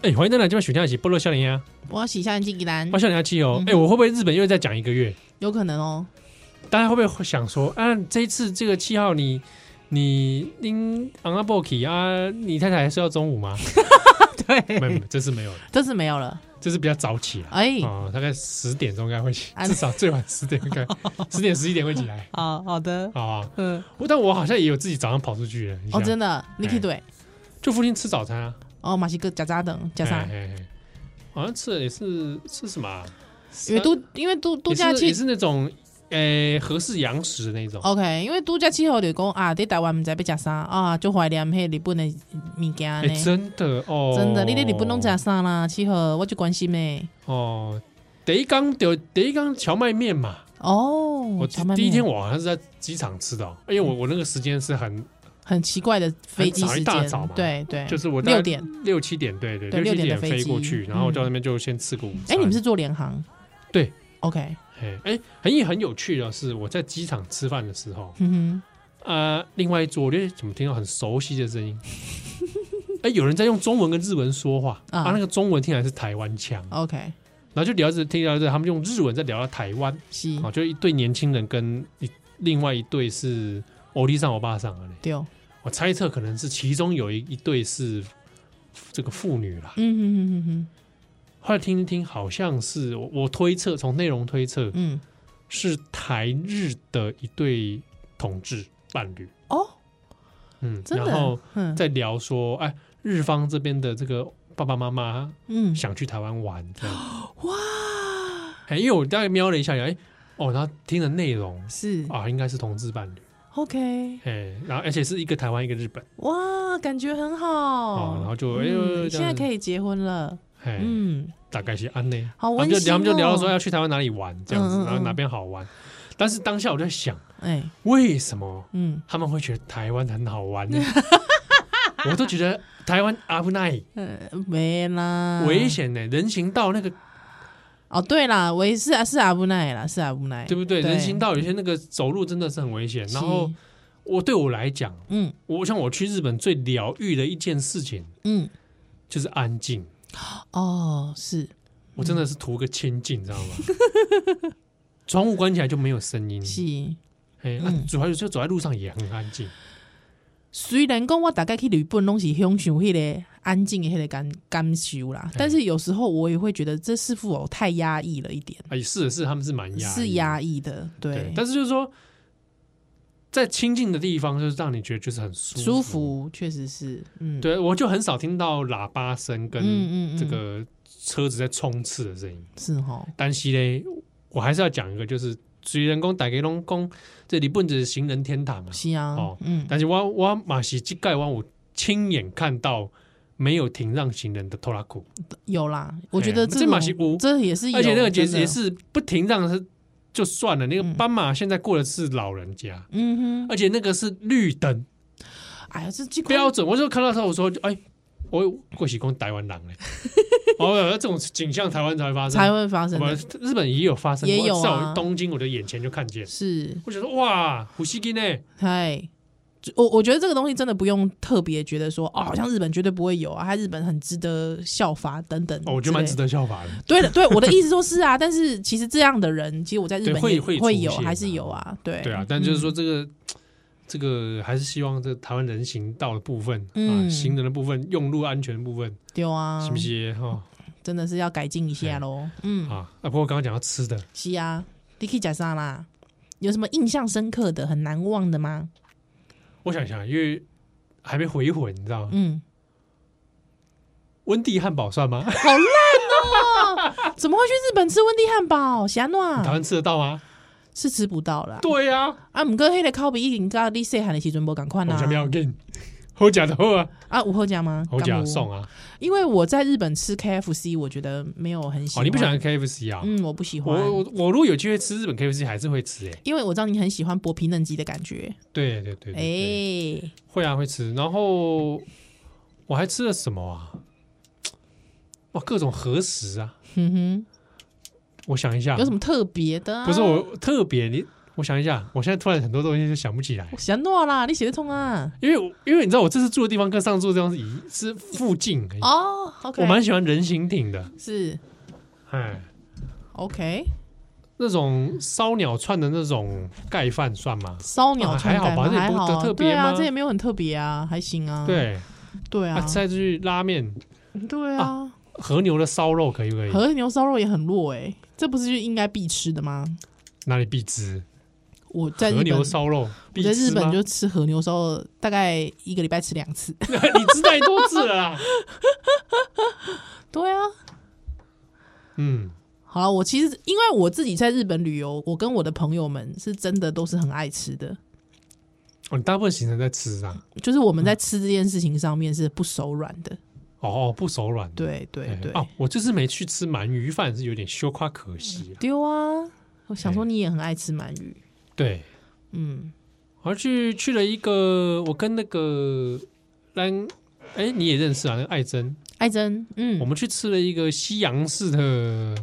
Speaker 2: 哎，欢迎登来这边选下集，波罗笑脸呀，
Speaker 3: 我要洗下金吉兰
Speaker 2: 我，笑脸下期哦
Speaker 3: 嗯嗯。哼
Speaker 2: 哎，我会不会日本又再讲一个月？
Speaker 3: 有可能哦。
Speaker 2: 大家会不会想说，啊，这一次这个七号你你拎昂阿波奇啊，你太太还睡到中午吗？没有，没有
Speaker 3: 对，
Speaker 2: 这次没有，
Speaker 3: 这次没有了。
Speaker 2: 这次比较早起来。
Speaker 3: 哎，
Speaker 2: 哦，大概十点钟应该会起，
Speaker 3: 啊
Speaker 2: 至少最晚十点应 该，十点十一点会起来，
Speaker 3: 好哦好的，
Speaker 2: 好啊。
Speaker 3: 嗯，
Speaker 2: 我但我好像也有自己早上跑出去了，你
Speaker 3: 哦，
Speaker 2: 想哎
Speaker 3: 真的，你可以对，
Speaker 2: 就附近吃早餐啊，
Speaker 3: 哦，马西哥假扎等假
Speaker 2: 啥
Speaker 3: 啥？？
Speaker 2: 嘿嘿好像吃的也是吃什么啊？
Speaker 3: 因为度因为度度假哦
Speaker 2: 也是也
Speaker 3: 期
Speaker 2: 是那种呃合适洋食的那种，
Speaker 3: ，OK，因为度假期后就讲啊，在台湾唔知要食啥啊，就怀念迄日本的物件
Speaker 2: 哎，
Speaker 3: 呢。
Speaker 2: 真的哦，
Speaker 3: 真的，你在日本拢食啥啦？气候我就关心咩？
Speaker 2: 哦，第一缸有第一缸荞麦面嘛，
Speaker 3: 哦，
Speaker 2: 我
Speaker 3: 荞麦面嗯
Speaker 2: 第一天我好像是在机场吃的哦，因为我我那个时间是很
Speaker 3: 很奇怪的飞机时
Speaker 2: 很早一大
Speaker 3: 间
Speaker 2: 早嘛，
Speaker 3: 对对，
Speaker 2: 就是我大概
Speaker 3: 六点。
Speaker 2: 六七点，对对，
Speaker 3: 对
Speaker 2: 六
Speaker 3: 六
Speaker 2: 七点
Speaker 3: 点的飞
Speaker 2: 飞过
Speaker 3: 机
Speaker 2: 去，然后
Speaker 3: 嗯
Speaker 2: 到那边就先吃个午
Speaker 3: 哎，
Speaker 2: 餐。
Speaker 3: 你们是做联航？
Speaker 2: 对
Speaker 3: ，OK，
Speaker 2: 哎哎，很也很有趣的是，我在机场吃饭的时候，
Speaker 3: 嗯
Speaker 2: 啊，另外一桌我就怎么听到很熟悉的声 音，哎，有人在用中文跟日文说话，
Speaker 3: 啊
Speaker 2: 啊，那个中文听起来是台湾腔，
Speaker 3: 哼，OK，
Speaker 2: 然后就聊着听聊着，他们用日文在聊到台湾，
Speaker 3: 是
Speaker 2: 哦，就一对年轻人跟一另外一对是欧弟上欧巴上啊嘞，
Speaker 3: 对，哦
Speaker 2: 我猜测可能是其中有一一对是这个妇女啦。
Speaker 3: 嗯哼哼哼哼，
Speaker 2: 后来听一听，好像是我我推测，从内容推测
Speaker 3: 嗯，
Speaker 2: 是台日的一对同志伴侣，
Speaker 3: 哦，
Speaker 2: 嗯，
Speaker 3: 真
Speaker 2: 然
Speaker 3: 的
Speaker 2: 后
Speaker 3: 啊，嗯
Speaker 2: 在聊说，哎，日方这边的这个爸爸妈妈
Speaker 3: 嗯，
Speaker 2: 想去台湾玩，这样，
Speaker 3: 哇，
Speaker 2: 哎，因为我大概瞄了一下，哎，哦，然后听的内容
Speaker 3: 是
Speaker 2: 啊，应该是同志伴侣，
Speaker 3: OK，
Speaker 2: 哎，然后而且是一个台湾一个日本，
Speaker 3: 哇，感觉很
Speaker 2: 哦
Speaker 3: 好，，
Speaker 2: 然后就哎呦，
Speaker 3: 嗯现在可
Speaker 2: 以，
Speaker 3: 以结婚了，
Speaker 2: 哎，
Speaker 3: 嗯，
Speaker 2: 大概是安内，
Speaker 3: 好
Speaker 2: 他们
Speaker 3: 温
Speaker 2: 就
Speaker 3: 馨
Speaker 2: 他们就聊到说
Speaker 3: 哦，
Speaker 2: 要去台湾哪里玩这样子，
Speaker 3: 嗯嗯
Speaker 2: 然后哪
Speaker 3: 嗯
Speaker 2: 边好玩，但是当下我就在想，
Speaker 3: 哎，
Speaker 2: 为什么？
Speaker 3: 嗯，
Speaker 2: 他们会觉得台湾很好玩呢。 我都觉得台湾阿不奈
Speaker 3: 呃，没啦，
Speaker 2: 危，险呢，人行道那个
Speaker 3: 哦，对啦，危是啊是阿布奈啦，是阿布奈，
Speaker 2: 对不对？
Speaker 3: 对
Speaker 2: 人行道有些那个走路真的是很危险。
Speaker 3: 是
Speaker 2: 然后我对我来讲，
Speaker 3: 嗯
Speaker 2: 我像我去日本最疗愈的一件事情
Speaker 3: 嗯，
Speaker 2: 就是安静，
Speaker 3: 哦，是
Speaker 2: 我真的是图个清静，你知道吗？ 窗户关起来就没有声音，
Speaker 3: 嗯是。
Speaker 2: 哎，啊
Speaker 3: 嗯
Speaker 2: 主要就走在路上也很安静。
Speaker 3: 虽然讲我大概去日本拢是享受迄个安静的迄个感感受啦，
Speaker 2: 哎
Speaker 3: 但是有时候我也会觉得这是否太压抑了一点，
Speaker 2: 哎，是的是，他们是蛮压抑的
Speaker 3: 是压抑的，
Speaker 2: 对
Speaker 3: 对，，
Speaker 2: 但是就是说，在清静的地方，就是让你觉得就是很舒
Speaker 3: 舒。服确实是，嗯，
Speaker 2: 对，我就很少听到喇叭声跟
Speaker 3: 嗯
Speaker 2: 这个车子在冲刺的声音。
Speaker 3: 是哦哈，
Speaker 2: 但是嘞，我还是要讲一个，就是虽然讲大家拢讲这日本就是行人天堂啊，
Speaker 3: 是啊
Speaker 2: 哦，
Speaker 3: 嗯，
Speaker 2: 但是我我马是这盖湾我亲眼看到没有停让行人的拖拉库，
Speaker 3: 有啦，我觉得
Speaker 2: 哎这
Speaker 3: 种
Speaker 2: 嘛是有
Speaker 3: 这也是有，
Speaker 2: 而且那个也
Speaker 3: 真的
Speaker 2: 也，是不停让是就算了，那个
Speaker 3: 嗯
Speaker 2: 斑马现在过的是老人家，
Speaker 3: 嗯哼，
Speaker 2: 而且那个是绿灯。
Speaker 3: 哎呀，这这
Speaker 2: 标准。我就看到他，我说，哎，我过喜攻台湾狼嘞。哦，这种景象台湾才会发生，
Speaker 3: 才会发生
Speaker 2: 我们
Speaker 3: 的，
Speaker 2: 日本也有发生过，
Speaker 3: 也有啊
Speaker 2: 在我东京我的眼前就看见。
Speaker 3: 是，
Speaker 2: 我觉得哇，虎西金呢？
Speaker 3: 嗨。就我我觉得这个东西真的不用特别觉得说哦，好像日本绝对不会有啊，它日本很值得效法等等。
Speaker 2: 哦，我觉得蛮值
Speaker 3: 得。
Speaker 2: 得效法的。
Speaker 3: 对的，对，我的意思说是啊， 但是其实这样的人，其实我在日
Speaker 2: 对
Speaker 3: 本
Speaker 2: 会
Speaker 3: 也
Speaker 2: 会
Speaker 3: 会
Speaker 2: 出
Speaker 3: 有，
Speaker 2: 现
Speaker 3: 还是
Speaker 2: 啊
Speaker 3: 有啊，对，
Speaker 2: 对啊，但就是说这个。这个还是希望这台湾人行道的部分、啊，
Speaker 3: 嗯
Speaker 2: 行人的部分、用路安全的部分，
Speaker 3: 丢啊，
Speaker 2: 是不是哈、
Speaker 3: 真的是要改进一下
Speaker 2: 哎
Speaker 3: 喽，嗯，
Speaker 2: 啊，啊，不过刚刚讲到吃的，
Speaker 3: 是啊，你可以讲啥啦？有什么印象深刻的、很难忘的吗？
Speaker 2: 我想想，因为还没回魂，你知道吗？
Speaker 3: 嗯，
Speaker 2: 温蒂汉堡算吗？
Speaker 3: 好烂哦、怎么会去日本吃温蒂汉堡？霞
Speaker 2: 台
Speaker 3: 诺啊
Speaker 2: 湾吃得到吗？
Speaker 3: 是吃不到啦。
Speaker 2: 对呀、
Speaker 3: 啊，唔过迄个烤比已经甲你细汉的时阵无共款
Speaker 2: 我
Speaker 3: 啦
Speaker 2: 想。要给好假的好啊，
Speaker 3: 啊，有好食吗？
Speaker 2: 好假
Speaker 3: 敢有
Speaker 2: 送啊！
Speaker 3: 因为我在日本吃 KFC，我觉得没有很喜欢。
Speaker 2: 哦，你不喜欢 KFC 啊？
Speaker 3: 嗯，我不喜
Speaker 2: 我
Speaker 3: 欢。
Speaker 2: 我我如果有机会吃日本 KFC，还是会吃诶。
Speaker 3: 因为我知道你很喜欢薄皮嫩鸡的感觉，
Speaker 2: 对对对对
Speaker 3: 哎、
Speaker 2: 对会啊会吃。然后我还吃了什么啊？哇，各种和食啊！
Speaker 3: 哼哼，
Speaker 2: 我想一下，
Speaker 3: 有什么特别的、啊？
Speaker 2: 不是我特别你我想一下，我现在突然很多东西就想不起来，
Speaker 3: 我想诺啦，你写得通啊。
Speaker 2: 因为我因为你知道我这次住的地方跟上次住的地方是一是附近而已，
Speaker 3: 哦，OK，
Speaker 2: 我蛮喜欢人行艇的，
Speaker 3: 是
Speaker 2: 哎，
Speaker 3: OK，
Speaker 2: 那种烧鸟串的那种盖饭算吗？
Speaker 3: 烧鸟
Speaker 2: 啊
Speaker 3: 串
Speaker 2: 还好
Speaker 3: 感
Speaker 2: 吧这也
Speaker 3: 还
Speaker 2: 不
Speaker 3: 好
Speaker 2: 得
Speaker 3: 啊
Speaker 2: 特别
Speaker 3: 对啊，
Speaker 2: 吗
Speaker 3: 这也没有很特别啊，还行啊。
Speaker 2: 对，
Speaker 3: 对
Speaker 2: 啊，
Speaker 3: 啊，
Speaker 2: 再去拉面
Speaker 3: 对啊，
Speaker 2: 和牛的烧肉可以不可以？
Speaker 3: 和牛烧肉也很弱哎，这不是就应该必吃的吗？
Speaker 2: 哪里必吃？
Speaker 3: 我在
Speaker 2: 和
Speaker 3: 日本
Speaker 2: 牛，烧肉
Speaker 3: 我
Speaker 2: 必
Speaker 3: 在日
Speaker 2: 吃
Speaker 3: 本
Speaker 2: 吗？
Speaker 3: 就吃和牛烧肉，大概一个礼拜吃两次。
Speaker 2: 你吃太多次了啊。
Speaker 3: 对啊，
Speaker 2: 嗯，
Speaker 3: 好了，我其实因为我自己在日本旅游，我跟我的朋友们是真的都是很爱吃的，
Speaker 2: 哦，你大部分行程在吃啊上，
Speaker 3: 就是我们
Speaker 2: 嗯
Speaker 3: 在吃这件事情上面是不手软的。
Speaker 2: 哦，不手软。
Speaker 3: 对对
Speaker 2: 哎
Speaker 3: 对，
Speaker 2: 哦，我这次没去吃鳗鱼饭，是有点羞夸可惜啊。
Speaker 3: 丢啊！我想说
Speaker 2: 哎
Speaker 3: 你也很爱吃鳗鱼，
Speaker 2: 对，
Speaker 3: 嗯，
Speaker 2: 而去去了一个，我跟那个兰，哎，你也认识啊，那个艾珍，
Speaker 3: 爱珍，嗯，
Speaker 2: 我们去吃了一个西洋式的，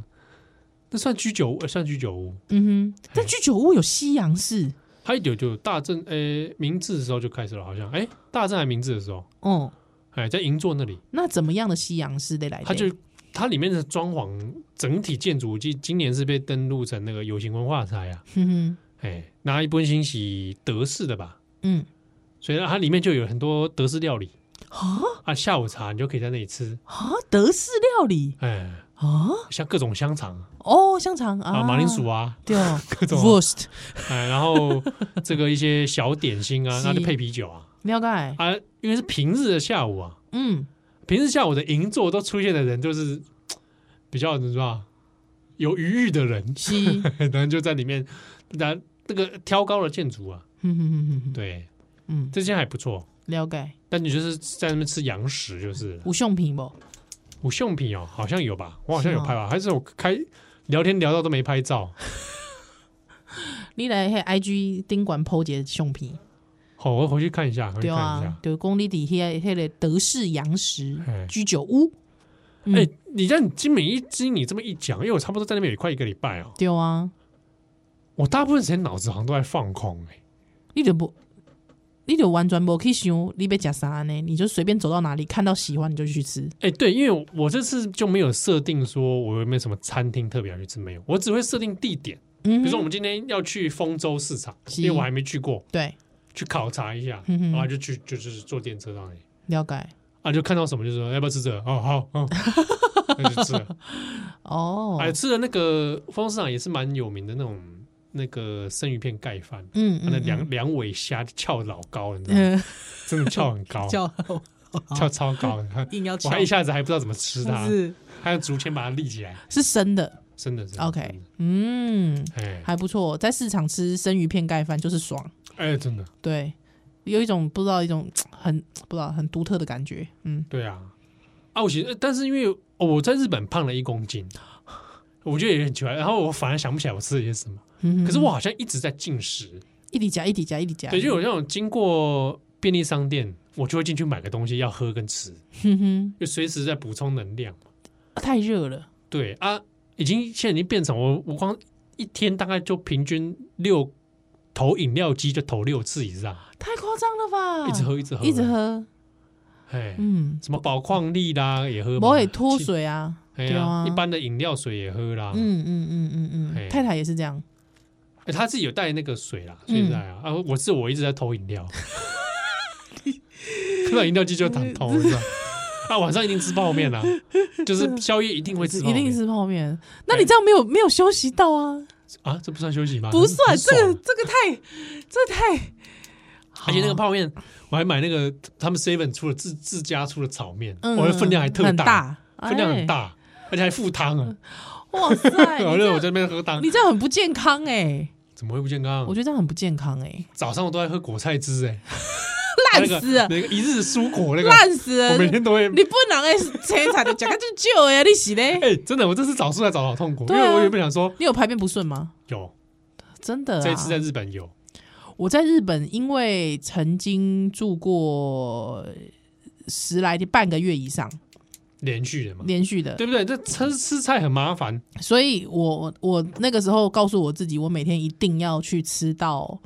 Speaker 2: 那算居酒屋，呃算居酒屋。
Speaker 3: 嗯哼，但居酒屋有西洋式，
Speaker 2: 还有就大正，诶、明治的时候就开始了，好像，哎、大正还明治的时候，
Speaker 3: 哦、
Speaker 2: 哎、在银座那里，
Speaker 3: 那怎么样的西洋式得来？
Speaker 2: 它就它里面的装潢，整体建筑今今年是被登录成那个有形文化财啊，
Speaker 3: 哼嗯哼，
Speaker 2: 哎、拿一本新喜德式的吧，
Speaker 3: 嗯，
Speaker 2: 所以它里面就有很多德式料理啊，下午茶你就可以在那里吃，
Speaker 3: 啊，德式料理
Speaker 2: 哎、
Speaker 3: 啊，
Speaker 2: 像各种香肠
Speaker 3: 哦，香肠啊，
Speaker 2: 啊、马铃薯啊，
Speaker 3: 对哦
Speaker 2: 各种啊
Speaker 3: ，wurst
Speaker 2: 哎，然后 这个一些小点心啊，
Speaker 3: 是
Speaker 2: 那就配啤酒啊，
Speaker 3: 了解，
Speaker 2: 啊，因为是平日的下午啊，
Speaker 3: 嗯，
Speaker 2: 平日下午的银座都出现的人，就是比较你知道吧有余裕的人，
Speaker 3: 西，
Speaker 2: 可能就在里面，那那个挑高的建筑啊，
Speaker 3: 哼哼哼哼哼，
Speaker 2: 对，
Speaker 3: 嗯，
Speaker 2: 这些还不错。
Speaker 3: 了解，
Speaker 2: 但你就是在那边吃洋食，就是了
Speaker 3: 无胸品不？
Speaker 2: 五秀品哦，好像有吧？我好像
Speaker 3: 是
Speaker 2: 有
Speaker 3: 啊吗
Speaker 2: 拍吧？还是我开聊天聊到都没拍照？
Speaker 3: 你来迄 IG 顶管 PO 一个相片，
Speaker 2: 好，我回去看一下，回去
Speaker 3: 对
Speaker 2: 看一下
Speaker 3: 啊。，就是讲你伫迄迄个德式洋食
Speaker 2: 哎
Speaker 3: 居酒屋，嗯
Speaker 2: 哎、你这样经每一经你这么一讲，因为我差不多在那边也快一个礼拜哦，
Speaker 3: 对啊，
Speaker 2: 我大部分时间脑子好像都在放空、哎，
Speaker 3: 你就不，你就完全无去想你要食啥呢？你就随便走到哪里看到喜欢你就去吃。
Speaker 2: 哎、对，因为我我这次就没有设定说我有没有什么餐厅特别要去吃，没有，我只会设定地点。
Speaker 3: 嗯哼，
Speaker 2: 比如说我们今天要去丰州市场，
Speaker 3: 是
Speaker 2: 因为我还没去过，
Speaker 3: 对，
Speaker 2: 去考察一下，
Speaker 3: 嗯哼
Speaker 2: 然后就去就就是坐电车上去，
Speaker 3: 了解
Speaker 2: 啊，就看到什么就说要不要吃这个，哦好， 嗯，那就吃了。
Speaker 3: 哦，
Speaker 2: 哎，吃了那个丰州市场也是蛮有名的那种那个生鱼片盖饭，
Speaker 3: 嗯，
Speaker 2: 它的
Speaker 3: 嗯
Speaker 2: 两两尾虾翘老高，你知道吗？
Speaker 3: 嗯
Speaker 2: 真的翘很高，
Speaker 3: 叫
Speaker 2: 翘超高，
Speaker 3: 硬要
Speaker 2: 我还一下子还不知道怎么吃它，
Speaker 3: 是
Speaker 2: 还有竹签把它立起来，
Speaker 3: 是生的
Speaker 2: 真的是
Speaker 3: ，OK，嗯，
Speaker 2: 哎
Speaker 3: 还不错，在市场吃生鱼片盖饭就是爽，
Speaker 2: 哎，真的，
Speaker 3: 对，有一种不知道一种很不知道很独特的感觉，嗯，
Speaker 2: 对啊，啊，我其实，呃但是因为、哦、我在日本胖了一公斤，我觉得也很奇怪，然后我反而想不起来我吃了些什么，
Speaker 3: 嗯
Speaker 2: 可是我好像一直在进食，
Speaker 3: 一滴夹一滴夹一滴夹，
Speaker 2: 对，就有那种经过便利商店，我就会进去买个东西要喝跟吃，
Speaker 3: 哼嗯哼，
Speaker 2: 就随时在补充能量嘛。
Speaker 3: 太热了，
Speaker 2: 对啊，已经现在已经变成我我光一天大概就平均六投饮料机就投六次以上，
Speaker 3: 太夸张了吧，
Speaker 2: 一直，喝一直喝
Speaker 3: 嗯一直，喝，
Speaker 2: 哎，
Speaker 3: 嗯，
Speaker 2: 什么宝矿力啦也喝嘛，
Speaker 3: 不会脱水啊，
Speaker 2: 哎
Speaker 3: 对
Speaker 2: 呀、
Speaker 3: 啊
Speaker 2: 一般的饮料水也喝啦。嗯，
Speaker 3: 嗯嗯嗯嗯
Speaker 2: 嘿
Speaker 3: 嗯，太太也是这样，
Speaker 2: 哎他自己有带那个水
Speaker 3: 嗯
Speaker 2: 啦，所以在啊，啊我是我一直在偷饮料，看到饮料机就想偷，是吧？啊，晚上一定吃泡面啦， 就是宵夜一定会吃泡
Speaker 3: 一
Speaker 2: 面，
Speaker 3: 定是泡面，那你这样没有没有休息到啊？
Speaker 2: 啊，这不算休息吗？
Speaker 3: 不算，
Speaker 2: 很
Speaker 3: 这
Speaker 2: 爽
Speaker 3: 个这个太这太，
Speaker 2: 而且那个泡面，我还买那个他们 seven 出的自自家出的炒面，
Speaker 3: 嗯
Speaker 2: 我的分量还特
Speaker 3: 很，大，
Speaker 2: 分量很大，而且还附汤啊，
Speaker 3: 哎。哇 塞，
Speaker 2: 我
Speaker 3: 你
Speaker 2: 认为我嗯
Speaker 3: 这样
Speaker 2: 在那边喝汤
Speaker 3: 你，这样很不健康哎，
Speaker 2: 怎么会不健康啊
Speaker 3: 我？觉得这样很不健康哎，
Speaker 2: 早上我都在喝果菜汁，哎，
Speaker 3: 烂死
Speaker 2: 那
Speaker 3: 了，
Speaker 2: 个那个一日蔬果那个，
Speaker 3: 啊烂死
Speaker 2: 我
Speaker 3: 了
Speaker 2: 每，天都会
Speaker 3: 你不能哎，切菜就讲个就救哎，你洗嘞？
Speaker 2: 哎、真的，我这次找出来找得好痛苦，因
Speaker 3: 对啊
Speaker 2: 为我原本想说
Speaker 3: 你有排便不顺吗？
Speaker 2: 有，
Speaker 3: 真的、啊，
Speaker 2: 这一次在日本有，
Speaker 3: 我在日本，因为曾经住过十来天、半个月以上，
Speaker 2: 连续的嘛，
Speaker 3: 连续的。
Speaker 2: 对不对？这吃吃菜很麻烦，
Speaker 3: 所以我我那个时候告诉我自己，我每天一定要去吃到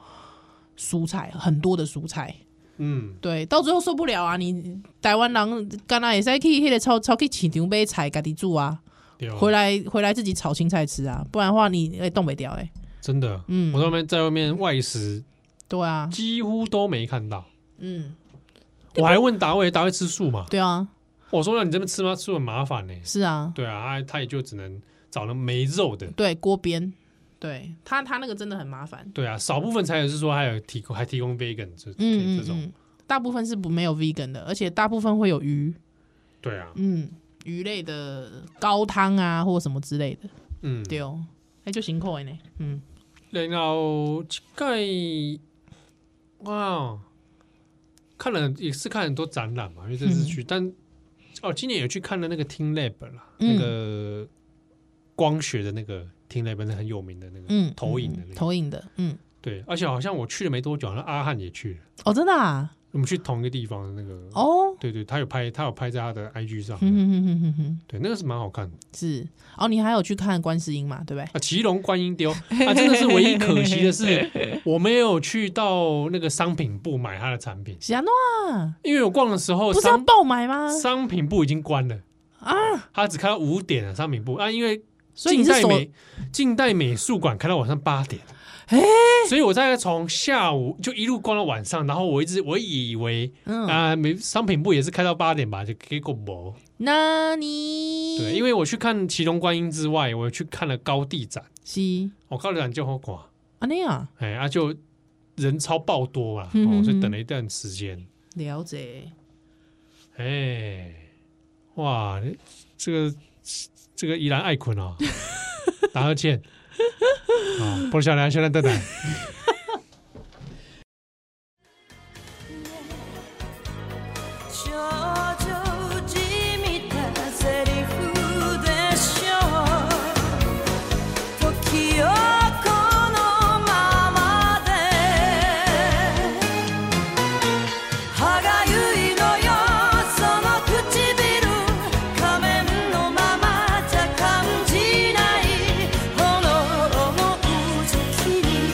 Speaker 3: 蔬菜，很多的蔬菜。
Speaker 2: 嗯，
Speaker 3: 对，到最后受不了啊！你台湾人干那也是去那个超超去市场买菜，家己煮啊，
Speaker 2: 对哦
Speaker 3: 回来回来自己炒青菜吃啊，不然的话你哎冻不掉哎、
Speaker 2: 真的，
Speaker 3: 嗯
Speaker 2: 我在外面在外面外食
Speaker 3: 对啊，
Speaker 2: 几乎都没看到。
Speaker 3: 嗯，
Speaker 2: 我还问达卫，达卫吃素嘛？
Speaker 3: 对啊，
Speaker 2: 我说让你这边吃吗？吃很麻烦呢、
Speaker 3: 是啊，
Speaker 2: 对啊，他他也就只能找了没肉的。
Speaker 3: 对锅边，对他他那个真的很麻烦，
Speaker 2: 对啊，少部分才有是说还有提供还提供 vegan 这
Speaker 3: 嗯
Speaker 2: 这
Speaker 3: 嗯
Speaker 2: 种。
Speaker 3: 嗯，大部分是不没有 vegan 的，而且大部分会有鱼，
Speaker 2: 对啊，
Speaker 3: 嗯，鱼类的高汤啊或什么之类的，
Speaker 2: 嗯，啊
Speaker 3: 对哦，哎就行口呢，嗯，
Speaker 2: 然后这个嗯哇，看了也是看很多展览嘛，因为这次去，但哦，今年有去看了那个 Team Lab 啦，
Speaker 3: 嗯
Speaker 2: 那个光学的那个 Team Lab 那很有名的那个，
Speaker 3: 嗯，
Speaker 2: 投影的
Speaker 3: 嗯
Speaker 2: 那个，
Speaker 3: 投影的，嗯，
Speaker 2: 对，而且好像我去了没多久，好像阿汉也去了，
Speaker 3: 哦真的啊，
Speaker 2: 我们去同一个地方的那个，
Speaker 3: 哦。
Speaker 2: 对对，他有拍，他有拍在他的 IG 上，
Speaker 3: 嗯哼哼哼哼哼，
Speaker 2: 对，那个是蛮好看的
Speaker 3: 是哦，你还有去看观世音嘛？对不对？
Speaker 2: 啊，骑龙观音雕啊，真的是唯一可惜的 是，我没有去到那个商品部买他的产品。
Speaker 3: 喜安诺啊，
Speaker 2: 因为我逛的时候
Speaker 3: 不是要
Speaker 2: 商
Speaker 3: 爆买吗？
Speaker 2: 商品部已经关了啊，他只开到五点了商品部啊，因为
Speaker 3: 所以你
Speaker 2: 近
Speaker 3: 是
Speaker 2: 代
Speaker 3: 手
Speaker 2: 美近代美术馆开到晚上八 点，所以我大概从下午就一路逛到晚上，然后我一直我以为
Speaker 3: 嗯，
Speaker 2: 啊，没商品部也是开到八点吧，就给个没
Speaker 3: 那你
Speaker 2: 对，因为我去看奇龙观音之外，我去看了高地展，
Speaker 3: 是
Speaker 2: 我高地展就好逛，
Speaker 3: 啊那样
Speaker 2: 哎啊就人超爆多啊，
Speaker 3: 嗯
Speaker 2: 哦，
Speaker 3: 哼
Speaker 2: 所以
Speaker 3: 哼
Speaker 2: 等了一段时间，
Speaker 3: 了解，
Speaker 2: 哎、哇，这个这个依然爱困 啊，打呵欠啊，波小兰现在在哪？
Speaker 1: 「少女じみたセリフでしょ」「時をこのままで」「歯がゆいのよその唇」「仮面のままじゃ感じない」「この思う時に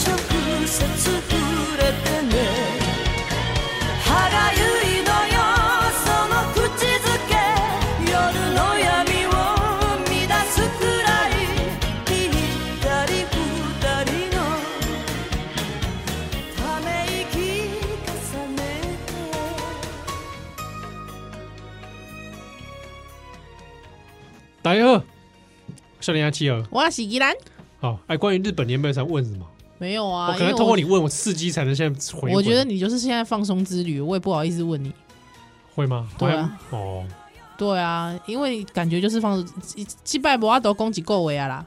Speaker 1: 直接触れてね」歯がゆいのよその口づけ夜の闇を生み出すくらいぴったり二人のため息重ねて
Speaker 2: 打二，少年阿七儿，
Speaker 3: 我是宜兰
Speaker 2: 好，哎，关于日本，你有没有想问什么？
Speaker 3: 没有
Speaker 2: 我
Speaker 3: 啊，
Speaker 2: 可
Speaker 3: 因
Speaker 2: 能
Speaker 3: 为
Speaker 2: 通过你问我刺激才能现在回文。
Speaker 3: 我，我觉得你就是现在放松之旅，我也不好意思问你。
Speaker 2: 会吗？
Speaker 3: 对啊
Speaker 2: 我还，哦，
Speaker 3: 对啊，因为感觉就是放击败博阿都攻击够维啊啦，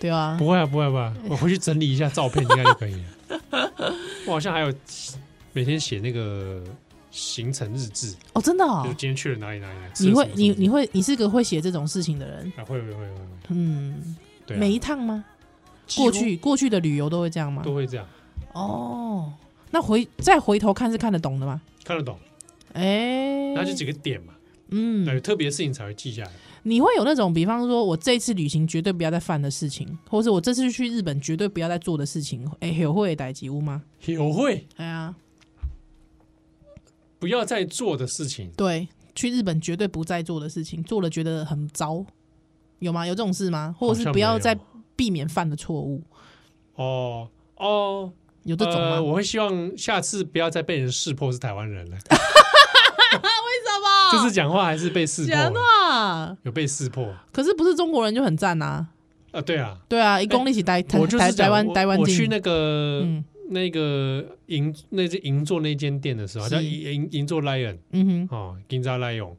Speaker 3: 对啊，
Speaker 2: 不会啊，不会啊不会啊，我回去整理一下照片，应该就可以了。 我好像还有每天写那个行程日志，
Speaker 3: 哦，真的哦
Speaker 2: 就，今天去了哪里哪里哪里。吃了
Speaker 3: 你会
Speaker 2: 什么
Speaker 3: 你
Speaker 2: 什么
Speaker 3: 你会你是个会写这种事情的人，
Speaker 2: 啊会会会会会，
Speaker 3: 嗯，
Speaker 2: 对啊，
Speaker 3: 每一趟吗？
Speaker 2: 几乎
Speaker 3: 过去过去的旅游都会这样吗？
Speaker 2: 都会这样，
Speaker 3: 哦，那回再回头看是看得懂的吗？
Speaker 2: 看得懂，
Speaker 3: 哎、
Speaker 2: 那就几个点嘛，对，有
Speaker 3: 嗯，
Speaker 2: 特别的事情才会记下来。
Speaker 3: 你会有那种，比方说，我这次旅行绝对不要再犯的事情，或者我这次去日本绝对不要再做的事情，哎、有会逮吉屋吗？
Speaker 2: 有会
Speaker 3: 哎呀，
Speaker 2: 不要再做的事情，
Speaker 3: 对，去日本绝对不再做的事情，做了觉得很糟，有吗？有这种事吗？或者
Speaker 2: 好
Speaker 3: 是
Speaker 2: 像
Speaker 3: 不要
Speaker 2: 没有
Speaker 3: 再避免犯的错误，
Speaker 2: 哦哦，
Speaker 3: 有这种吗？
Speaker 2: 呃我会希望下次不要再被人识破是台湾 人了，
Speaker 3: 为
Speaker 2: 这次讲话还是被识破
Speaker 3: 讲
Speaker 2: 了，
Speaker 3: 啊，
Speaker 2: 有被识破
Speaker 3: 可是不是中国人就很赞啊？
Speaker 2: 啊，对啊，
Speaker 3: 对啊，一公里起台、台
Speaker 2: 哎我就是
Speaker 3: 台台湾
Speaker 2: 讲我
Speaker 3: 台湾
Speaker 2: 我
Speaker 3: 进
Speaker 2: 去那个、
Speaker 3: 嗯
Speaker 2: 那个银那间银座那间店的时候，
Speaker 3: 是
Speaker 2: 叫银银座 Lion
Speaker 3: 嗯哼
Speaker 2: 哦，金扎 Lion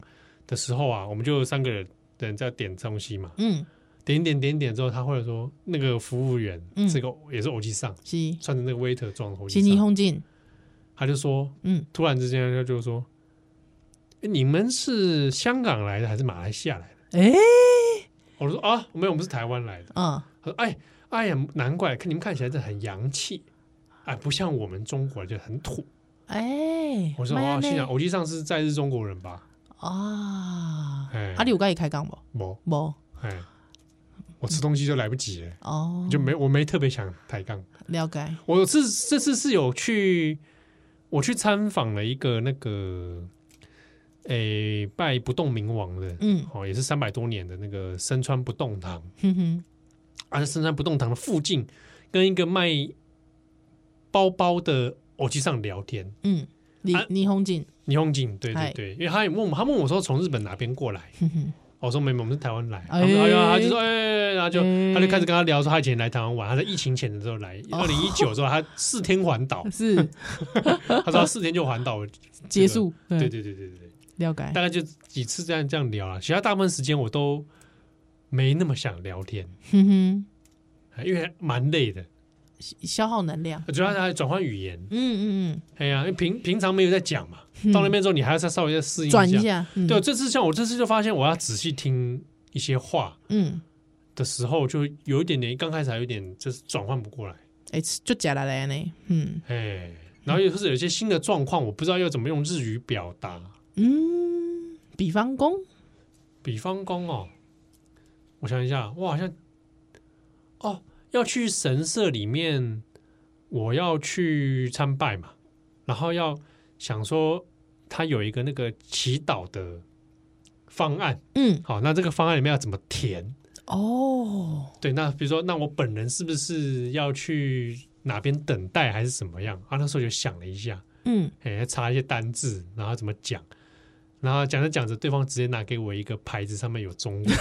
Speaker 2: 的时候啊，我们就有三个人人在点东西嘛，
Speaker 3: 嗯
Speaker 2: 点一点点一点之后，他会说那个服务员，
Speaker 3: 嗯
Speaker 2: 这个也是欧吉上
Speaker 3: 是
Speaker 2: 穿着那个 waiter 装的欧
Speaker 3: 悉
Speaker 2: 吉
Speaker 3: 尼
Speaker 2: 上，
Speaker 3: 空境，
Speaker 2: 他就说，
Speaker 3: 嗯，
Speaker 2: 突然之间他就说，诶你们是香港来的还是马来西亚来的？
Speaker 3: 哎、
Speaker 2: 我就说啊，没有，我们是台湾来的。
Speaker 3: 嗯，
Speaker 2: 他说：“哎，哎呀，难怪看你们看起来这很洋气，哎，不像我们中国人就很土。
Speaker 3: 哎，”
Speaker 2: 我说：“
Speaker 3: 妈呀
Speaker 2: 哦，
Speaker 3: 嘞
Speaker 2: 心想，偶记上是在日中国人吧？
Speaker 3: 啊
Speaker 2: 哎，
Speaker 3: 啊，你有跟伊开讲不？
Speaker 2: 无，
Speaker 3: 无
Speaker 2: 哎，我吃东西就来不及了，
Speaker 3: 哦，
Speaker 2: 就没我没特别想抬杠。
Speaker 3: 了解
Speaker 2: 我是这次是有去，我去参访了一个那个，诶、拜不动明王的，
Speaker 3: 嗯
Speaker 2: 哦，也是三百多年的那个深川不动堂，
Speaker 3: 哼哼，
Speaker 2: 而、啊、深川不动堂的附近跟一个卖包包的偶机上聊天，
Speaker 3: 嗯，你
Speaker 2: 啊
Speaker 3: 你红景，
Speaker 2: 霓虹景，对对
Speaker 3: 嗨
Speaker 2: 对，因为他也问我，他问我说从日本哪边过来，
Speaker 3: 哼哼，
Speaker 2: 我说没有，我们是台湾来。
Speaker 3: 哎
Speaker 2: 然后哎呀，他就说哎哎，哎然后就
Speaker 3: 哎
Speaker 2: 他就开始跟他聊说他以前来台湾玩，他在疫情前的时候来，
Speaker 3: 哦
Speaker 2: 二零一九之后他四天环 岛，
Speaker 3: 是
Speaker 2: 他说他四天就环岛了。
Speaker 3: 结束，
Speaker 2: 对
Speaker 3: 对，哎
Speaker 2: 对对对对对，
Speaker 3: 了解
Speaker 2: 大，概就几次这样这样聊了，其他大部分时间我都没那么想聊天，
Speaker 3: 哼哼，
Speaker 2: 因为蛮累的，
Speaker 3: 消耗能量，
Speaker 2: 主要是还转换语言。
Speaker 3: 嗯嗯
Speaker 2: 哎呀，因为平平常没有在讲嘛，到那边之后你还要再稍微再适应
Speaker 3: 嗯，
Speaker 2: 一
Speaker 3: 转一
Speaker 2: 下。
Speaker 3: 下，嗯
Speaker 2: 对，，这次像我这次就发现我要仔细听一些话，
Speaker 3: 嗯，
Speaker 2: 的时候，就有一点点，刚开始还有一点就是转换不过来，
Speaker 3: 哎，就假来来呢，嗯
Speaker 2: 哎，然后又是有一些新的状况，我不知道要怎么用日语表达。
Speaker 3: 嗯，比方公，
Speaker 2: 比方讲哦，我想一下，我好像哦要去神社里面，我要去参拜嘛，然后要想说他有一个那个祈祷的方案，
Speaker 3: 嗯，
Speaker 2: 好，那这个方案里面要怎么填？
Speaker 3: 哦，
Speaker 2: 对，那比如说，那我本人是不是要去哪边等待，还是怎么样？啊，那时候就想了一下，
Speaker 3: 嗯，
Speaker 2: 哎，查一些单字，然后怎么讲，然后讲着讲着，对方直接拿给我一个牌子，上面有中文。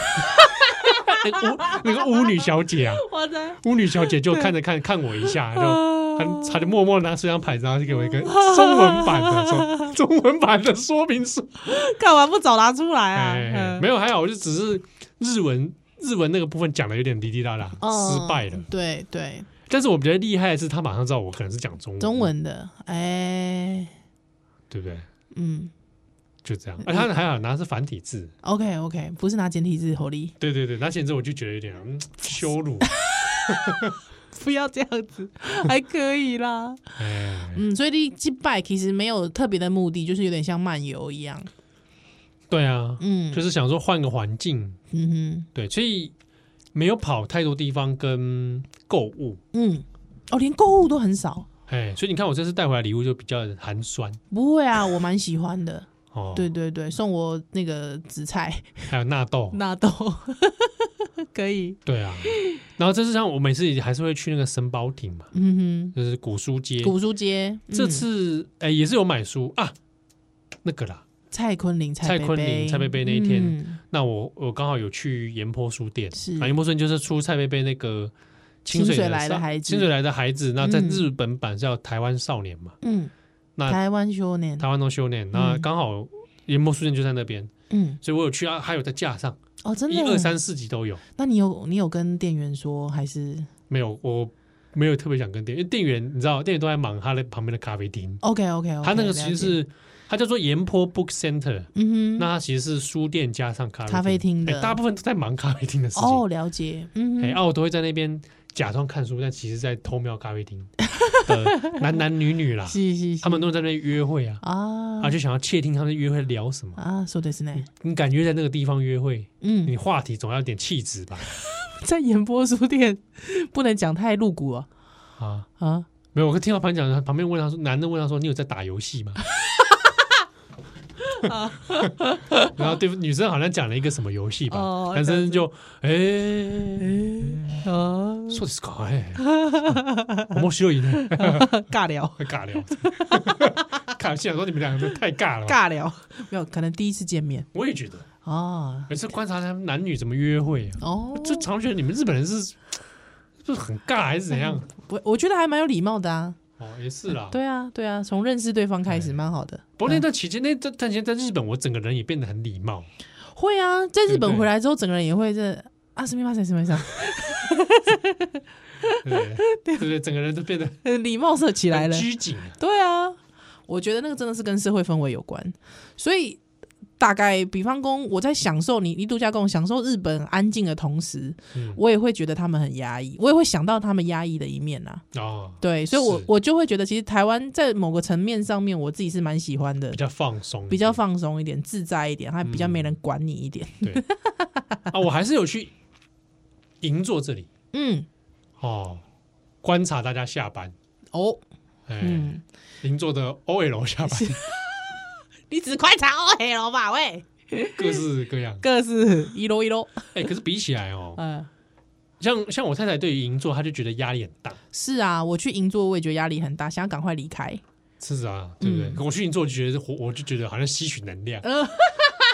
Speaker 2: 那个巫那个巫女小姐啊，
Speaker 3: 我的，
Speaker 2: 巫女小姐就看着看看我一下，就
Speaker 3: 啊
Speaker 2: 她她就默默拿出一张牌子，然后就给我一个中文版 的说中文版的说明书。
Speaker 3: 干嘛不早拿出来
Speaker 2: 哎，哎
Speaker 3: 啊？
Speaker 2: 没有还好，我就只是日文日文那个部分讲的有点滴滴答答，失败了
Speaker 3: 嗯。对对，
Speaker 2: 但是我比较厉害的是，他马上知道我可能是讲中文，
Speaker 3: 中，文的，哎，
Speaker 2: 对不对？
Speaker 3: 嗯
Speaker 2: 就这样。而他还好拿的是繁体字，
Speaker 3: ，OK OK，不是拿简体字合理，
Speaker 2: 对对对，拿简体字我就觉得有点嗯羞辱。
Speaker 3: 不要这样 子，还可以啦。
Speaker 2: 哎，
Speaker 3: 嗯，所以你祭拜其实没有特别的目的，就是有点像漫游一样。
Speaker 2: 对啊，
Speaker 3: 嗯，
Speaker 2: 就是想说换个环境，
Speaker 3: 嗯
Speaker 2: 对，所以没有跑太多地方跟购物。
Speaker 3: 哼，嗯，哦，连购物都很少。
Speaker 2: 哎，所以你看我这次带回来礼物就比较寒酸
Speaker 3: 不会啊，我蛮喜欢的。
Speaker 2: 哦，
Speaker 3: 对，对对，送我那个紫菜
Speaker 2: 还有纳豆，
Speaker 3: 纳豆， 可以。
Speaker 2: 对啊。然后这次像我每次还是会去那个神保町嘛，
Speaker 3: 嗯
Speaker 2: 就是古书街
Speaker 3: 哼，。古书街、嗯
Speaker 2: 这次哎也是有买书啊，那个啦，
Speaker 3: 蔡坤林、
Speaker 2: 蔡
Speaker 3: 贝
Speaker 2: 坤林蔡贝贝那一天
Speaker 3: 嗯
Speaker 2: 那我我刚好有去盐坡书店，
Speaker 3: 是
Speaker 2: 啊，盐坡书店就是出蔡贝贝那个清水
Speaker 3: 清水来的
Speaker 2: 少
Speaker 3: 孩子
Speaker 2: 清水来的孩子，那在
Speaker 3: 嗯
Speaker 2: 日本版叫台湾少年嘛，
Speaker 3: 嗯，
Speaker 2: 那
Speaker 3: 台嗯湾修年，
Speaker 2: 台湾都修炼，那刚好盐坡书店就在那边，
Speaker 3: 嗯，
Speaker 2: 所以我有去啊，还有在架上，
Speaker 3: 哦，真的，
Speaker 2: 一二，三四集都有，
Speaker 3: 那你有你有跟店员说还是
Speaker 2: 没有我没有特别想跟店，因为店员你知道，店员都在忙他的旁边的咖啡厅，
Speaker 3: ？OK OK OK，
Speaker 2: 他那个其实是他叫做盐坡 Book Center，
Speaker 3: 嗯哼，
Speaker 2: 那它其实是书店加上咖啡
Speaker 3: 咖啡厅的
Speaker 2: 哎大部分都在忙咖啡厅的事情。
Speaker 3: 哦，了解，嗯
Speaker 2: 哎、
Speaker 3: 哼，
Speaker 2: 啊，我都会在那边假装看书，但其实在偷瞄咖啡厅 的男男女女啦，
Speaker 3: 是是是，
Speaker 2: 他们都在那边约会啊，
Speaker 3: 啊
Speaker 2: 啊，就想要窃听他们约会聊什么。
Speaker 3: 啊，そうですね，
Speaker 2: 你敢约在那个地方约会，
Speaker 3: 嗯，
Speaker 2: 你话题总要有点气质 吧？
Speaker 3: 在演播书店不能讲太露骨了
Speaker 2: 啊，
Speaker 3: 啊，
Speaker 2: 没有，我听到旁边讲，旁边问他说，男的问他说，你有在打游戏 吗？
Speaker 3: 啊
Speaker 2: 然后对女生好像讲了一个什么游戏吧，
Speaker 3: 哦
Speaker 2: 男生就哎，
Speaker 3: 哦，
Speaker 2: 说的是啊搞 哎，面白いね。
Speaker 3: 尬聊。
Speaker 2: 会尬聊， 尬现在说你们两个都太尬了吧。
Speaker 3: 尬聊，没有，可能第一次见面
Speaker 2: 我也觉得，
Speaker 3: 啊。
Speaker 2: 每次观察他们男女怎么约会啊，
Speaker 3: 哦，
Speaker 2: 就常觉得你们日本人是是不是很尬还是怎样？
Speaker 3: 我我觉得还蛮有礼貌的啊。
Speaker 2: 哦，也是啦。
Speaker 3: 对啊，对啊，从认识对方
Speaker 2: 哎
Speaker 3: 开始，蛮好的。嗯
Speaker 2: 不过那段期间，那段段时间在日本，我整个人也变得很礼貌，
Speaker 3: 会啊，在日
Speaker 2: 对不
Speaker 3: 本
Speaker 2: 对
Speaker 3: 回来之后，整个人也会这啊，什么发生什么什
Speaker 2: 对不对对不对？整个人都变得
Speaker 3: 么，礼貌色起来
Speaker 2: 很
Speaker 3: 了。
Speaker 2: 拘谨啊。
Speaker 3: 对啊，我觉得那个真的是跟社会氛围有关，所以大概比方公，我在享受你你度假宫享受日本安静的同时，
Speaker 2: 嗯
Speaker 3: 我也会觉得他们很压抑，我也会想到他们压抑的一面呐、
Speaker 2: 哦，
Speaker 3: 对，所以我
Speaker 2: 是
Speaker 3: 我就会觉得，其实台湾在某个层面上面，我自己是蛮喜欢的
Speaker 2: 比，较嗯放松一点，
Speaker 3: 比较放松一点，自在一点，还比较没人管你一点。
Speaker 2: 对啊，我还是有去银座这里
Speaker 3: 嗯，
Speaker 2: 哦，观察大家下班，
Speaker 3: 哦，
Speaker 2: 哎，
Speaker 3: 嗯，
Speaker 2: 银座的 OL 下班
Speaker 3: 你只快哦查 OL 吧，喂，
Speaker 2: 各式各样，
Speaker 3: 各是一楼一楼，
Speaker 2: 哎，可是比起来哦，
Speaker 3: 嗯、
Speaker 2: 像像我太太对于银座，她就觉得压力很大，
Speaker 3: 是啊，我去银座，我也觉得压力很大，想要赶快离开。
Speaker 2: 是啊，对不对？
Speaker 3: 嗯
Speaker 2: 我去银座就觉得活，我就觉得好像吸取能量，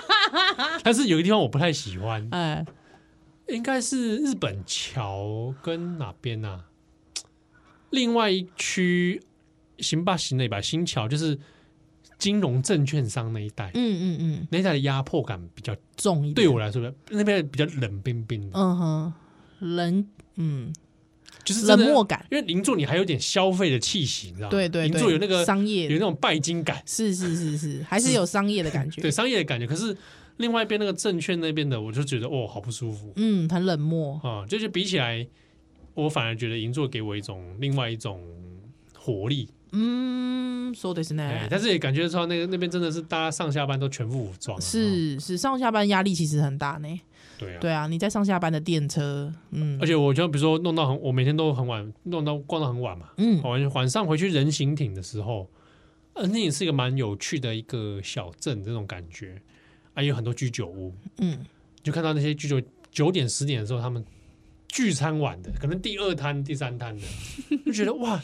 Speaker 2: 但是有一个地方我不太喜欢，
Speaker 3: 哎、
Speaker 2: 应该是日本桥跟哪边啊？另外一区新巴西那吧，新桥就是金融证券商那一带，
Speaker 3: 嗯嗯嗯，
Speaker 2: 那一带的压迫感比较，
Speaker 3: 重一点。
Speaker 2: 对我来说那边比较冷冰冰的，
Speaker 3: 嗯哼，人嗯
Speaker 2: 就是真
Speaker 3: 冷
Speaker 2: 的
Speaker 3: 漠。感，
Speaker 2: 因为邻座你还有点消费的气息，你知道吗？
Speaker 3: 对对
Speaker 2: 邻
Speaker 3: 对，
Speaker 2: 座有那个
Speaker 3: 商业
Speaker 2: 有那种拜金感，
Speaker 3: 是是是是，还是有商业的感觉。
Speaker 2: 对商业的感觉。可是另外一边那个证券那边的，我就觉得哦，好不舒服
Speaker 3: 嗯，很冷漠。
Speaker 2: 啊、就是比起来，我反而觉得银座给我一种另外一种活力。
Speaker 3: 嗯，说的是那
Speaker 2: 哎，但是也感觉到那个那边真的是大家上下班都全副武装、啊，
Speaker 3: 是是上下班压力其实很大呢。
Speaker 2: 对啊，
Speaker 3: 对啊，你在上下班的电车，嗯
Speaker 2: 而且我就比如说弄到很，我每天都很晚，弄到逛到很晚嘛，
Speaker 3: 嗯
Speaker 2: 晚哦晚上回去人行艇的时候，呃，那也是一个蛮有趣的一个小镇这种感觉，啊，有很多居酒屋，
Speaker 3: 嗯，
Speaker 2: 就看到那些居酒九点十点的时候，他们聚餐晚的，可能第二摊、第三摊的，就觉得哇，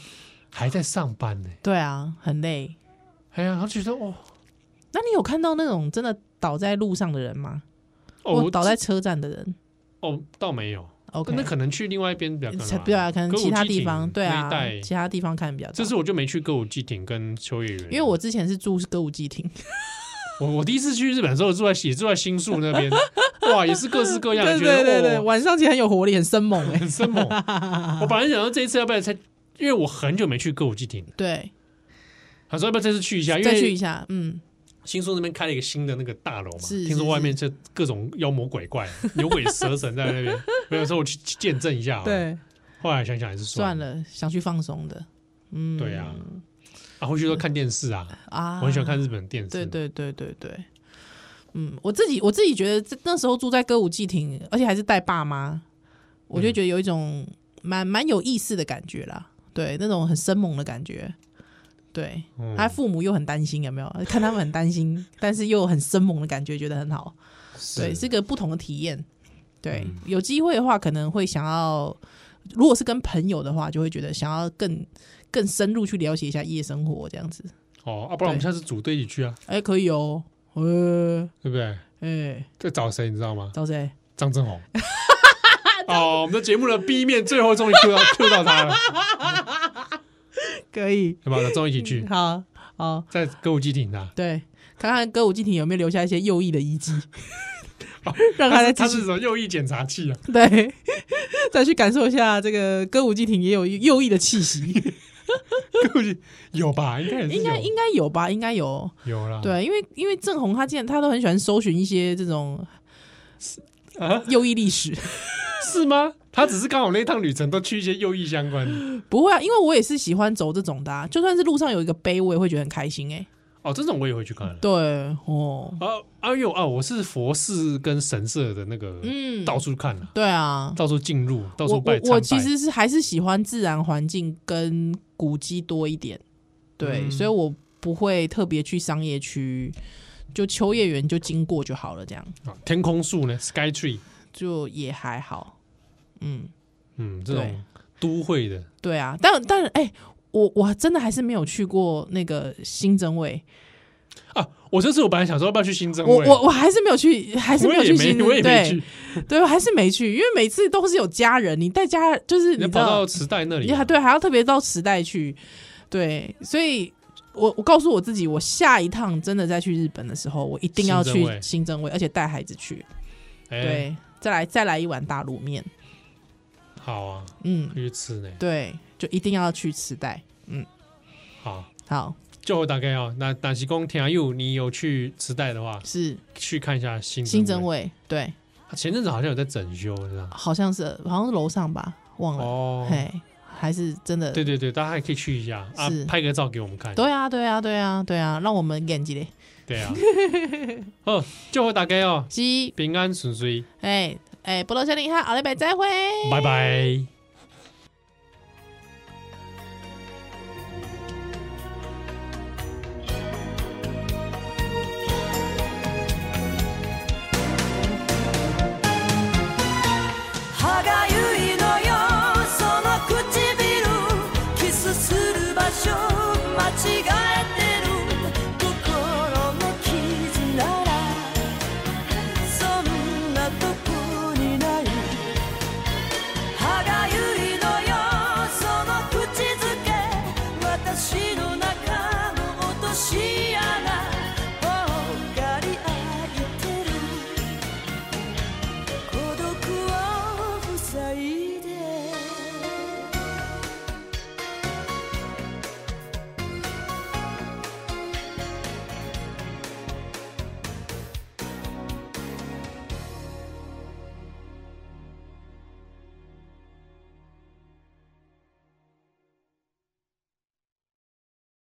Speaker 2: 还在上班呢、
Speaker 3: 对啊，很累。
Speaker 2: 哎呀，他觉得哦，
Speaker 3: 那你有看到那种真的倒在路上的人吗？
Speaker 2: 哦，
Speaker 3: 或
Speaker 2: 我
Speaker 3: 倒在车站的人
Speaker 2: 哦，倒没有，
Speaker 3: ？OK，
Speaker 2: 那可能去另外一边比较可能吧
Speaker 3: 对啊，可能
Speaker 2: 歌舞
Speaker 3: 其他
Speaker 2: 伎
Speaker 3: 地
Speaker 2: 町
Speaker 3: 方对啊
Speaker 2: 那一，带
Speaker 3: 其他地方看比较
Speaker 2: 这
Speaker 3: 多。
Speaker 2: 次我就没去歌舞伎町跟秋叶原，
Speaker 3: 因为我之前是住歌舞伎町，
Speaker 2: 我我第一次去日本的时候住在也住在新宿那 边，哇，也是各式各样，
Speaker 3: 对
Speaker 2: 觉得
Speaker 3: 对对对，
Speaker 2: 哦
Speaker 3: 晚上其实很有活力，很生猛 哎、
Speaker 2: 很生猛。 我本来想说这一次要不要再，因为我很久没去歌舞伎町了，
Speaker 3: 对，
Speaker 2: 他说要不要这次去一下，因
Speaker 3: 再去一
Speaker 2: 为
Speaker 3: 下，嗯，
Speaker 2: 新宿那边开了一个新的那个大楼嘛，
Speaker 3: 是
Speaker 2: 听说
Speaker 3: 是
Speaker 2: 外面这各种妖魔鬼怪、牛鬼蛇神在那 边，没有说我去去见证一下好了。，
Speaker 3: 对，
Speaker 2: 后来想想还是
Speaker 3: 算
Speaker 2: 了。
Speaker 3: 了，想去放松的，嗯，
Speaker 2: 对啊，啊，回去都看电视啊，
Speaker 3: 啊，
Speaker 2: 我很喜欢看日本电视。
Speaker 3: 对对对对对，嗯，我自己我自己觉得这那时候住在歌舞伎町，而且还是带爸妈，我就觉得有一种蛮蛮有意思的感觉啦，对，那种很生猛的感觉。对，
Speaker 2: 嗯，
Speaker 3: 他父母又很担心，有没有？看他们很担心，但是又很生猛的感觉，觉得很好。对，是个不同的体验。对，
Speaker 2: 嗯
Speaker 3: 有机会的话，可能会想要，如果是跟朋友的话，就会觉得想要更更深入去了解一下夜生活这样子。
Speaker 2: 哦，啊，不然我们下次组队一起去啊，
Speaker 3: 哎、可以哦，呃，
Speaker 2: 对不对？
Speaker 3: 哎、
Speaker 2: 在找谁你知道吗？
Speaker 3: 找谁？
Speaker 2: 张正 宏。哦，我们的节目的 B 面最后终于 Q 到 Q 到他了，
Speaker 3: 可以，
Speaker 2: 对吧？那终于一起去，
Speaker 3: 好好，
Speaker 2: 在歌舞伎町啊，
Speaker 3: 对，看看歌舞伎町有没有留下一些右翼的遗迹， 让他再
Speaker 2: 他
Speaker 3: 继
Speaker 2: 是
Speaker 3: 续
Speaker 2: 什么右翼检查器啊？
Speaker 3: 对， 再去感受一下这个歌舞伎町也有右翼的 气息，
Speaker 2: 歌舞伎有吧？应该也是
Speaker 3: 应该
Speaker 2: 有
Speaker 3: 应该有吧？应该有，
Speaker 2: 有啦。
Speaker 3: 对，因为因为郑红他竟然他都很喜欢搜寻一些这种
Speaker 2: 啊，
Speaker 3: 右翼历史，
Speaker 2: 是吗？他只是刚好那一趟旅程都去一些右翼相关的
Speaker 3: 不会啊，因为我也是喜欢走这种的、啊，就算是路上有一个碑，我也会觉得很开心哎、
Speaker 2: 哦，这种我也会去看了。
Speaker 3: 对哦，
Speaker 2: 啊啊呦啊！我是佛寺跟神社的那个，
Speaker 3: 嗯
Speaker 2: 到处看啊，
Speaker 3: 对啊，
Speaker 2: 到处进入，到
Speaker 3: 我
Speaker 2: 处拜
Speaker 3: 我我其
Speaker 2: 参拜
Speaker 3: 实是还是喜欢自然环境跟古迹多一点，对，
Speaker 2: 嗯
Speaker 3: 所以我不会特别去商业区，就秋叶原就经过就好了，这样
Speaker 2: 啊天空树呢，Sky Tree，
Speaker 3: 就也还好，嗯。
Speaker 2: 嗯，这
Speaker 3: 对
Speaker 2: 种都会的
Speaker 3: 对啊，但但哎、我我真的还是没有去过那个新增位，
Speaker 2: 啊。我这次我本来想说要不要去新增
Speaker 3: 我
Speaker 2: 卫，
Speaker 3: 我我还是没有去，还是没有
Speaker 2: 我也
Speaker 3: 去新
Speaker 2: 没，
Speaker 3: 增
Speaker 2: 我也没
Speaker 3: 对
Speaker 2: 去，
Speaker 3: 对，我还是没去，因为每次都是有家人，你带家就是
Speaker 2: 你
Speaker 3: 你
Speaker 2: 要
Speaker 3: 知
Speaker 2: 跑
Speaker 3: 道
Speaker 2: 到，池袋那里
Speaker 3: 你
Speaker 2: 啊，
Speaker 3: 还对还要特别到时代去，对，所以我我告诉我自己，我下一趟真的再去日本的时候，我一定要
Speaker 2: 新
Speaker 3: 去
Speaker 2: 增位
Speaker 3: 新增位，而且带孩子去，
Speaker 2: 哎，
Speaker 3: 对，再来再来一碗大卤面，
Speaker 2: 好啊，
Speaker 3: 嗯
Speaker 2: 可，以去吃呢。
Speaker 3: 对，就一定要去池袋，
Speaker 2: 好，
Speaker 3: 好，
Speaker 2: 就我大概哦，那但是公天佑，你有去磁带的话，
Speaker 3: 是
Speaker 2: 去看一下新
Speaker 3: 新
Speaker 2: 增
Speaker 3: 增
Speaker 2: 位。
Speaker 3: 位，对，
Speaker 2: 他前阵子好像有在整修，是吧？
Speaker 3: 好像是好像是楼上吧，忘了，
Speaker 2: 哦，
Speaker 3: 嘿，还是真的，
Speaker 2: 对对对，大家还可以去一下啊
Speaker 3: 是，
Speaker 2: 拍个照给我们看。
Speaker 3: 对啊，对啊，对啊，对啊，让我们演技嘞，
Speaker 2: 对啊，哦，就我大概哦，
Speaker 3: 是，
Speaker 2: 平安顺遂，
Speaker 3: 哎哎，波罗小林哈，奥利百再会。
Speaker 2: 拜拜。
Speaker 1: 歯がゆいのよその唇キスする場所間違え